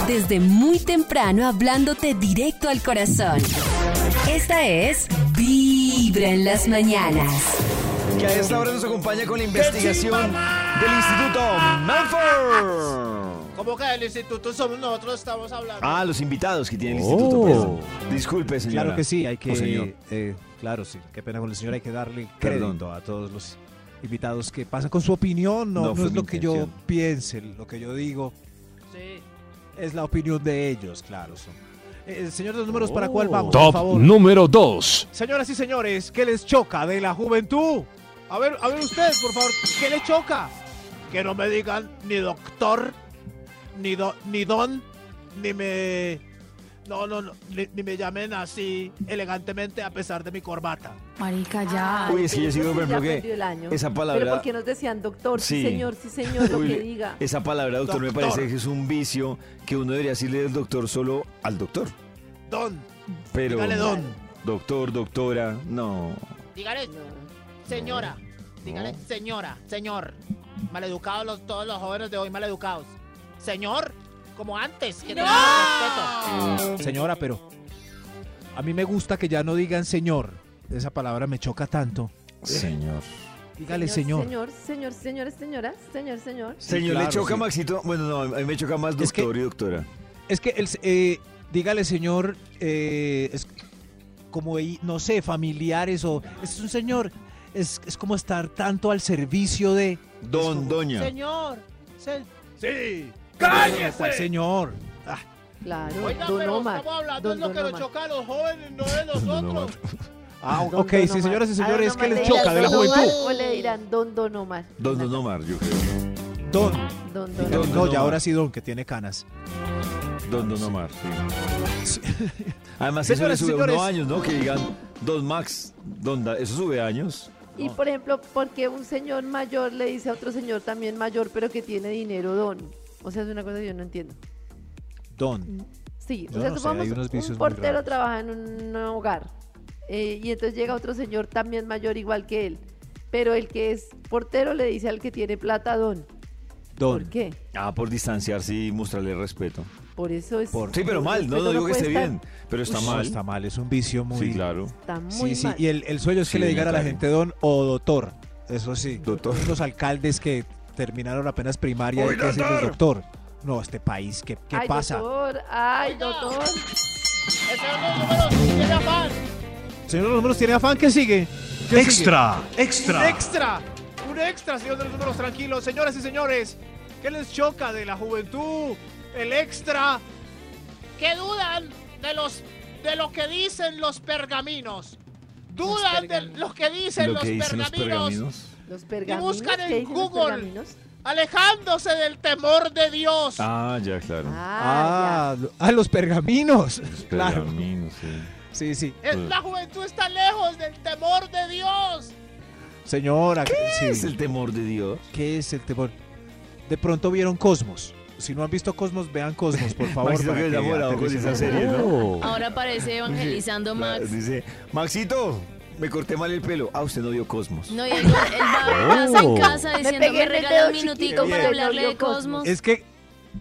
[SPEAKER 1] Desde muy temprano hablándote directo al corazón. Esta es Vibra en las mañanas.
[SPEAKER 2] que a esta hora nos acompaña con la investigación del Instituto Manford.
[SPEAKER 8] ¿Cómo que el instituto somos nosotros estamos hablando?
[SPEAKER 2] Ah, los invitados que tiene el
[SPEAKER 10] Oh.
[SPEAKER 2] instituto. pues. Disculpe, señora.
[SPEAKER 4] Claro que sí, hay
[SPEAKER 2] O Oh, señor.
[SPEAKER 4] que. eh, claro, sí. Qué pena con el señor, hay que darle
[SPEAKER 2] Perdón.
[SPEAKER 4] crédito a todos los invitados que pasan con su opinión.
[SPEAKER 2] No
[SPEAKER 4] No, no
[SPEAKER 2] fue
[SPEAKER 4] es
[SPEAKER 2] mi
[SPEAKER 4] lo que yo
[SPEAKER 2] intención.
[SPEAKER 4] piense, lo que yo digo.
[SPEAKER 8] Sí.
[SPEAKER 4] Es la opinión de ellos, claro. son. Eh, el señor de los números, ¿para cuál vamos? por
[SPEAKER 6] Top
[SPEAKER 4] favor.
[SPEAKER 6] número 2.
[SPEAKER 10] Señoras y señores, ¿qué les choca de la juventud?
[SPEAKER 8] A ver, a ver ustedes, por favor, ¿qué le choca? Que no me digan ni doctor, ni, do- ni don, ni me... No, no, no, ni, ni me llamen así elegantemente a pesar de mi corbata.
[SPEAKER 5] Marica, ya.
[SPEAKER 2] Uy, es que yo sigo, por
[SPEAKER 3] Ya
[SPEAKER 2] ejemplo,
[SPEAKER 3] perdió
[SPEAKER 2] que
[SPEAKER 3] el año.
[SPEAKER 2] esa
[SPEAKER 3] Pero
[SPEAKER 2] palabra.
[SPEAKER 3] porque nos decían doctor, sí,
[SPEAKER 2] Sí.
[SPEAKER 3] señor, sí señor, lo
[SPEAKER 2] Uy, eh,
[SPEAKER 3] que diga.
[SPEAKER 2] Esa palabra, doctor, me
[SPEAKER 8] Doctor.
[SPEAKER 2] parece que es un vicio que uno debería decirle del doctor solo al doctor.
[SPEAKER 8] Don,
[SPEAKER 2] Pero.
[SPEAKER 8] dígale don,
[SPEAKER 2] Doctor, doctora, no.
[SPEAKER 8] dígale señora, dígale señora, señor. Maleducados los, todos los jóvenes de hoy, maleducados. Señor, como antes, que tengan respeto.
[SPEAKER 4] Señora, pero. A mí me gusta que ya no digan señor. Esa palabra me choca tanto.
[SPEAKER 2] Señor.
[SPEAKER 4] Dígale señor.
[SPEAKER 3] Señor, señor, señor, señora, señor, señor.
[SPEAKER 2] Señor,
[SPEAKER 4] claro,
[SPEAKER 2] ¿le choca
[SPEAKER 4] sí.
[SPEAKER 2] Maxito? Bueno, no, a mí me choca más doctor
[SPEAKER 4] Es que-
[SPEAKER 2] y doctora.
[SPEAKER 4] Es que el. eh, dígale señor. eh, es como, ahí, no sé, familiares o. Es un señor. Es, es como estar tanto al servicio de.
[SPEAKER 2] Don, doña.
[SPEAKER 8] Señor, se- sí.
[SPEAKER 4] Está el señor. Ah,
[SPEAKER 3] Claro,
[SPEAKER 8] Oiga,
[SPEAKER 3] don
[SPEAKER 8] pero
[SPEAKER 3] Omar.
[SPEAKER 8] estamos hablando
[SPEAKER 3] Don-
[SPEAKER 8] de lo
[SPEAKER 3] don
[SPEAKER 8] que nos
[SPEAKER 3] Omar.
[SPEAKER 8] choca a los jóvenes, no de nosotros.
[SPEAKER 4] Ah,
[SPEAKER 3] Don
[SPEAKER 4] ok,
[SPEAKER 3] Don
[SPEAKER 4] sí,
[SPEAKER 3] Omar.
[SPEAKER 4] señores y
[SPEAKER 3] A Don
[SPEAKER 4] señores,
[SPEAKER 3] Omar
[SPEAKER 4] que
[SPEAKER 3] le
[SPEAKER 4] les
[SPEAKER 3] dirán
[SPEAKER 4] choca de la
[SPEAKER 3] Don Omar
[SPEAKER 4] juventud.
[SPEAKER 3] ¿O le dirán Don Don Omar?
[SPEAKER 2] Don, don Omar, yo creo.
[SPEAKER 4] Don.
[SPEAKER 3] Don Don
[SPEAKER 4] Dígale,
[SPEAKER 3] Omar.
[SPEAKER 2] Don
[SPEAKER 4] no,
[SPEAKER 2] Omar.
[SPEAKER 4] ya ahora sí, Don, que tiene canas.
[SPEAKER 2] Don, don Omar, sí. Además, eso le
[SPEAKER 4] Señoras y
[SPEAKER 2] sube a uno
[SPEAKER 4] señores.
[SPEAKER 2] años, ¿no? Que digan Don Max, Don Da- eso sube años.
[SPEAKER 3] Y por ejemplo, porque un señor mayor le dice a otro señor también mayor, pero que tiene dinero, don. O sea, es una cosa que yo no entiendo.
[SPEAKER 4] Don.
[SPEAKER 3] Sí, o
[SPEAKER 4] Yo
[SPEAKER 3] sea,
[SPEAKER 4] no sé,
[SPEAKER 3] supongamos
[SPEAKER 4] hay unos vicios
[SPEAKER 3] un
[SPEAKER 4] muy
[SPEAKER 3] portero
[SPEAKER 4] raros.
[SPEAKER 3] trabaja en un hogar eh, y entonces llega otro señor también mayor igual que él, pero el que es portero le dice al que tiene plata don. ¿Por
[SPEAKER 4] Don.
[SPEAKER 3] qué?
[SPEAKER 2] Ah, por distanciarse y mostrarle respeto.
[SPEAKER 3] Por eso es.
[SPEAKER 4] Por-
[SPEAKER 2] Sí, pero mal, no,
[SPEAKER 3] respeto
[SPEAKER 2] no digo que
[SPEAKER 3] puede
[SPEAKER 2] esté
[SPEAKER 3] estar-
[SPEAKER 2] bien, pero está
[SPEAKER 4] No,
[SPEAKER 2] mal.
[SPEAKER 4] está mal, es un vicio muy.
[SPEAKER 2] Sí, claro.
[SPEAKER 3] Está muy
[SPEAKER 4] Sí, sí,
[SPEAKER 3] mal.
[SPEAKER 4] Y el, el sueño es
[SPEAKER 2] Sí,
[SPEAKER 4] que le digan a la
[SPEAKER 2] claro.
[SPEAKER 4] gente don o doctor. Eso sí.
[SPEAKER 2] Doctor.
[SPEAKER 4] Los alcaldes que terminaron apenas primaria
[SPEAKER 2] Uy,
[SPEAKER 4] y que hacen el
[SPEAKER 2] doctor.
[SPEAKER 4] doctor. No, este país, ¿qué, qué
[SPEAKER 3] ay,
[SPEAKER 4] pasa?
[SPEAKER 3] Doctor, ay,
[SPEAKER 8] Oiga.
[SPEAKER 3] doctor.
[SPEAKER 8] Ese es el número de la fan.
[SPEAKER 4] Señor de los números, ¿tiene afán? ¿Qué sigue? ¿Qué
[SPEAKER 8] Un extra, un extra, señor de los números tranquilos. Señoras y señores, ¿qué les choca de la juventud? El extra. ¿Qué dudan de los de lo que dicen los pergaminos? Dudan de lo que dicen,
[SPEAKER 2] Lo
[SPEAKER 8] los,
[SPEAKER 2] que dicen los
[SPEAKER 8] pergaminos,
[SPEAKER 2] pergaminos.
[SPEAKER 3] Los pergaminos.
[SPEAKER 8] buscan
[SPEAKER 3] ¿qué
[SPEAKER 8] en
[SPEAKER 3] dicen los
[SPEAKER 8] Google.
[SPEAKER 3] pergaminos?
[SPEAKER 8] alejándose del temor de Dios.
[SPEAKER 2] Ah, ya, claro.
[SPEAKER 3] Ah,
[SPEAKER 4] Ah, lo- ah, los pergaminos.
[SPEAKER 2] Los
[SPEAKER 4] Claro.
[SPEAKER 2] pergaminos, sí.
[SPEAKER 4] Sí, sí.
[SPEAKER 8] Es- la juventud está lejos del temor de Dios.
[SPEAKER 4] Señora. sí.
[SPEAKER 2] ¿Qué es el temor de Dios?
[SPEAKER 4] ¿Qué es el temor? De pronto vieron Cosmos. Si no han visto Cosmos, vean Cosmos, por favor.
[SPEAKER 2] Maxito
[SPEAKER 4] para
[SPEAKER 2] que
[SPEAKER 4] que
[SPEAKER 2] enamorado con
[SPEAKER 4] aterricen.
[SPEAKER 2] esa serie, ¿no?
[SPEAKER 6] Oh.
[SPEAKER 5] Ahora parece evangelizando Max.
[SPEAKER 2] Dice, Maxito, me corté mal el pelo. Ah, usted no vio Cosmos.
[SPEAKER 5] No, y él, él va de casa en casa diciendo,
[SPEAKER 3] pegué
[SPEAKER 5] me
[SPEAKER 3] en el
[SPEAKER 5] regala
[SPEAKER 3] dedo
[SPEAKER 5] un minutico
[SPEAKER 3] chiquito,
[SPEAKER 5] para
[SPEAKER 3] bien.
[SPEAKER 5] hablarle de
[SPEAKER 3] Novio Cosmos.
[SPEAKER 5] Cosmos.
[SPEAKER 4] es que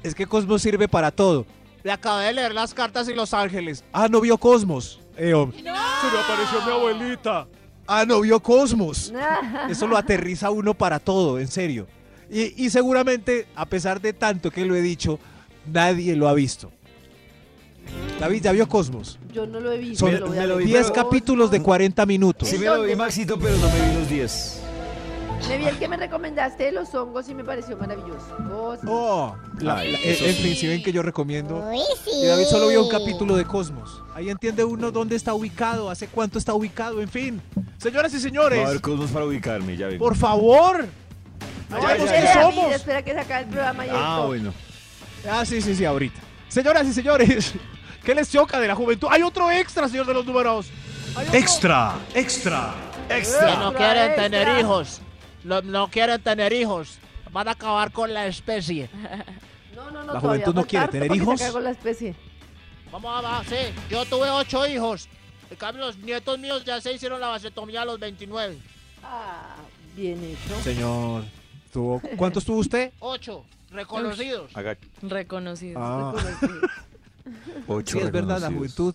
[SPEAKER 4] es que Cosmos sirve para todo.
[SPEAKER 8] Le acabé de leer las cartas y los ángeles.
[SPEAKER 4] Ah, no vio Cosmos. Eh, hombre.
[SPEAKER 11] Se me apareció mi abuelita.
[SPEAKER 4] ah, no vio Cosmos.
[SPEAKER 3] ya.
[SPEAKER 4] Eso lo aterriza uno para todo, en serio. Y, y seguramente, a pesar de tanto que lo he dicho, nadie lo ha visto. David, ¿ya vio Cosmos?
[SPEAKER 3] Yo no lo he visto.
[SPEAKER 4] Son
[SPEAKER 3] lo voy a
[SPEAKER 2] me lo
[SPEAKER 3] ver.
[SPEAKER 2] vi,
[SPEAKER 4] 10
[SPEAKER 2] pero-
[SPEAKER 4] capítulos de 40 minutos.
[SPEAKER 2] Sí me lo vi,
[SPEAKER 3] ¿Dónde?
[SPEAKER 2] Maxito, pero no me vi los 10.
[SPEAKER 3] Me vi el que me recomendaste de los hongos y me pareció maravilloso. Cosmos.
[SPEAKER 4] Oh, la-
[SPEAKER 2] Ay,
[SPEAKER 4] la-
[SPEAKER 2] eso
[SPEAKER 4] en
[SPEAKER 2] sí.
[SPEAKER 4] fin, si ven que yo recomiendo. Y David solo vio un capítulo de Cosmos. Ahí entiende uno dónde está ubicado, hace cuánto está ubicado, en fin.
[SPEAKER 8] Señoras y
[SPEAKER 2] Va a
[SPEAKER 8] señores,
[SPEAKER 2] ver Cosmos para ubicarme, ya vengo.
[SPEAKER 8] por favor. No
[SPEAKER 3] pues,
[SPEAKER 2] Ay,
[SPEAKER 8] vemos
[SPEAKER 2] ay, ay,
[SPEAKER 8] qué
[SPEAKER 2] ay.
[SPEAKER 3] Espera,
[SPEAKER 8] somos.
[SPEAKER 3] mira, espera que se acabe el programa y
[SPEAKER 2] Ah,
[SPEAKER 3] esto.
[SPEAKER 2] bueno.
[SPEAKER 4] Ah, sí, sí, sí, ahorita.
[SPEAKER 8] Señoras y señores, ¿qué les choca de la juventud? Hay otro extra, señor de los números.
[SPEAKER 11] Extra, extra.
[SPEAKER 8] Que no quieren
[SPEAKER 3] Extra,
[SPEAKER 8] tener
[SPEAKER 3] extra.
[SPEAKER 8] hijos. Lo- no quieren tener hijos. Van a acabar con la especie.
[SPEAKER 3] No, no, no.
[SPEAKER 4] La
[SPEAKER 3] todavía
[SPEAKER 4] juventud no
[SPEAKER 3] falta
[SPEAKER 4] quiere
[SPEAKER 3] harto
[SPEAKER 4] tener
[SPEAKER 3] para que
[SPEAKER 4] hijos.
[SPEAKER 3] se acabe la especie.
[SPEAKER 8] Vamos a bajar, sí. Yo tuve ocho hijos. En cambio, los nietos míos ya se hicieron la vasectomía a los 29.
[SPEAKER 3] Ah, bien hecho.
[SPEAKER 4] Señor, ¿tuvo, ¿cuántos tuvo usted?
[SPEAKER 8] Ocho. Reconocidos.
[SPEAKER 5] Reconocidos.
[SPEAKER 4] Ah.
[SPEAKER 2] Ocho
[SPEAKER 4] Sí, es verdad, la
[SPEAKER 2] reconocidos.
[SPEAKER 4] juventud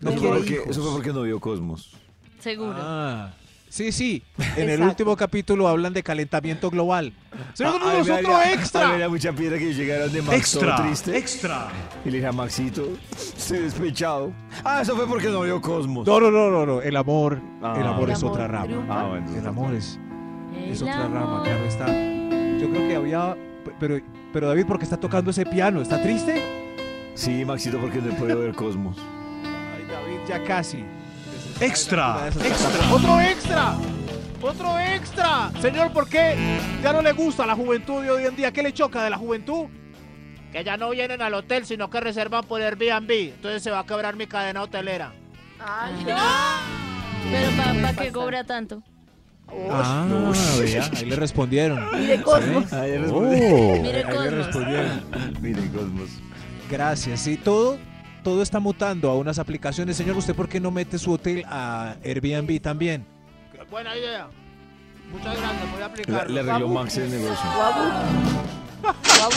[SPEAKER 4] no
[SPEAKER 2] eso,
[SPEAKER 4] quiere
[SPEAKER 2] fue porque,
[SPEAKER 4] hijos.
[SPEAKER 2] eso fue porque no vio Cosmos.
[SPEAKER 5] Seguro.
[SPEAKER 4] Ah, sí, sí. En el
[SPEAKER 3] Exacto.
[SPEAKER 4] último capítulo hablan de calentamiento global.
[SPEAKER 2] Ah,
[SPEAKER 4] Señor,
[SPEAKER 2] a mí
[SPEAKER 4] nosotros
[SPEAKER 2] me daría- a mí me
[SPEAKER 4] extra.
[SPEAKER 2] daría mucha piedra que llegara de Max todo triste. Y le dije a Maxito, se despechado. Ah, eso fue porque no vio Cosmos.
[SPEAKER 4] No, no, no, no, no. El amor,
[SPEAKER 2] Ah.
[SPEAKER 4] el amor
[SPEAKER 3] El
[SPEAKER 4] es
[SPEAKER 3] amor
[SPEAKER 4] otra rama.
[SPEAKER 3] triunfa.
[SPEAKER 2] Ah, bueno.
[SPEAKER 4] El amor es,
[SPEAKER 5] El
[SPEAKER 4] es otra rama,
[SPEAKER 5] amor.
[SPEAKER 4] claro está. Yo creo que había, pero, pero David, ¿por qué está tocando ese piano? ¿Está triste?
[SPEAKER 2] Sí, Maxito, porque no he podido ver Cosmos.
[SPEAKER 4] Ay, David, ya casi.
[SPEAKER 12] Extra,
[SPEAKER 4] extra.
[SPEAKER 8] ¡Otro extra! ¡Otro extra! Señor, ¿por qué ya no le gusta la juventud de hoy en día? ¿Qué le choca de la juventud? Que ya no vienen al hotel, sino que reservan por Airbnb. Entonces se va a quebrar mi cadena hotelera.
[SPEAKER 3] Ay,
[SPEAKER 5] Pero ¿para qué cobra tanto?
[SPEAKER 4] Ah, vea, ahí le respondieron.
[SPEAKER 3] Y de Cosmos.
[SPEAKER 2] Oh. Ahí le
[SPEAKER 5] Mire Cosmos.
[SPEAKER 2] respondieron. Miren Cosmos.
[SPEAKER 4] Gracias, sí, todo, todo está mutando a unas aplicaciones. Señor, ¿usted por qué no mete su hotel a Airbnb también?
[SPEAKER 8] Buena idea. Muchas gracias, voy a
[SPEAKER 2] Le,
[SPEAKER 8] aplicarlo.
[SPEAKER 2] le arregló Max el negocio.
[SPEAKER 3] Guabu. Guabu.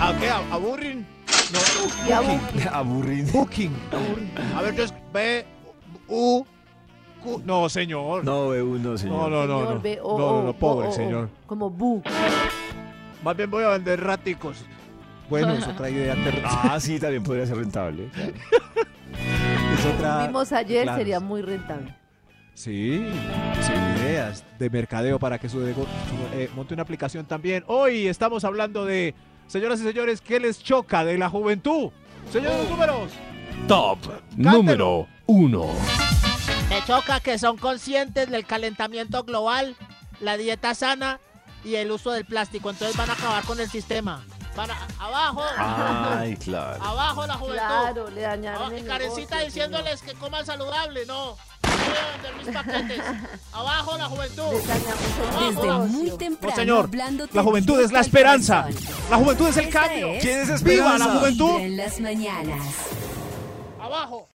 [SPEAKER 8] ¿A qué? ¿A, a Burrin?
[SPEAKER 3] Y Abu.
[SPEAKER 2] Aburrido.
[SPEAKER 4] Booking.
[SPEAKER 8] A ver, yo es B, U, Q.
[SPEAKER 4] No, señor. No,
[SPEAKER 2] No, ve uno,
[SPEAKER 4] no,
[SPEAKER 2] señor.
[SPEAKER 4] no, no.
[SPEAKER 3] Señor, ve,
[SPEAKER 4] No,
[SPEAKER 3] oh,
[SPEAKER 4] no,
[SPEAKER 3] oh,
[SPEAKER 4] no, pobre
[SPEAKER 3] oh, oh,
[SPEAKER 4] señor.
[SPEAKER 3] oh, Como Bu.
[SPEAKER 8] Más bien voy a vender raticos.
[SPEAKER 4] Bueno, es otra idea terrorífica.
[SPEAKER 2] Ah, sí, también podría ser rentable.
[SPEAKER 4] Es otra.
[SPEAKER 3] Vimos ayer,
[SPEAKER 4] Ah, claro.
[SPEAKER 3] sería muy rentable.
[SPEAKER 4] Sí, sí, ideas de mercadeo para que su, nego- su- eh, monte una aplicación también. Hoy estamos hablando de, señoras y señores, ¿qué les choca de la juventud?
[SPEAKER 8] Señores, números.
[SPEAKER 6] Top número 1.
[SPEAKER 8] Me choca que son conscientes del calentamiento global, la dieta sana y el uso del plástico. Entonces van a acabar con el sistema. Van a- abajo,
[SPEAKER 2] Ay, claro.
[SPEAKER 8] abajo la juventud.
[SPEAKER 3] Claro, le
[SPEAKER 8] Ah,
[SPEAKER 3] dañaron
[SPEAKER 8] y
[SPEAKER 3] el
[SPEAKER 8] Karencita
[SPEAKER 3] negocio,
[SPEAKER 8] diciéndoles que coman saludable, no. Yo voy a vender mis paquetes. abajo la
[SPEAKER 3] señor.
[SPEAKER 8] juventud.
[SPEAKER 3] Le dañamos el
[SPEAKER 1] Desde muy
[SPEAKER 3] negocio.
[SPEAKER 1] temprano.
[SPEAKER 4] señor,
[SPEAKER 1] hablándote
[SPEAKER 4] la juventud es la
[SPEAKER 1] directo al
[SPEAKER 4] esperanza.
[SPEAKER 1] corazón.
[SPEAKER 4] La juventud es el
[SPEAKER 1] Esta
[SPEAKER 4] cambio.
[SPEAKER 1] es
[SPEAKER 2] ¿Quién es
[SPEAKER 4] ¡Viva la
[SPEAKER 2] Esperanza?
[SPEAKER 4] juventud!
[SPEAKER 1] Vibra en las mañanas.
[SPEAKER 8] Abajo.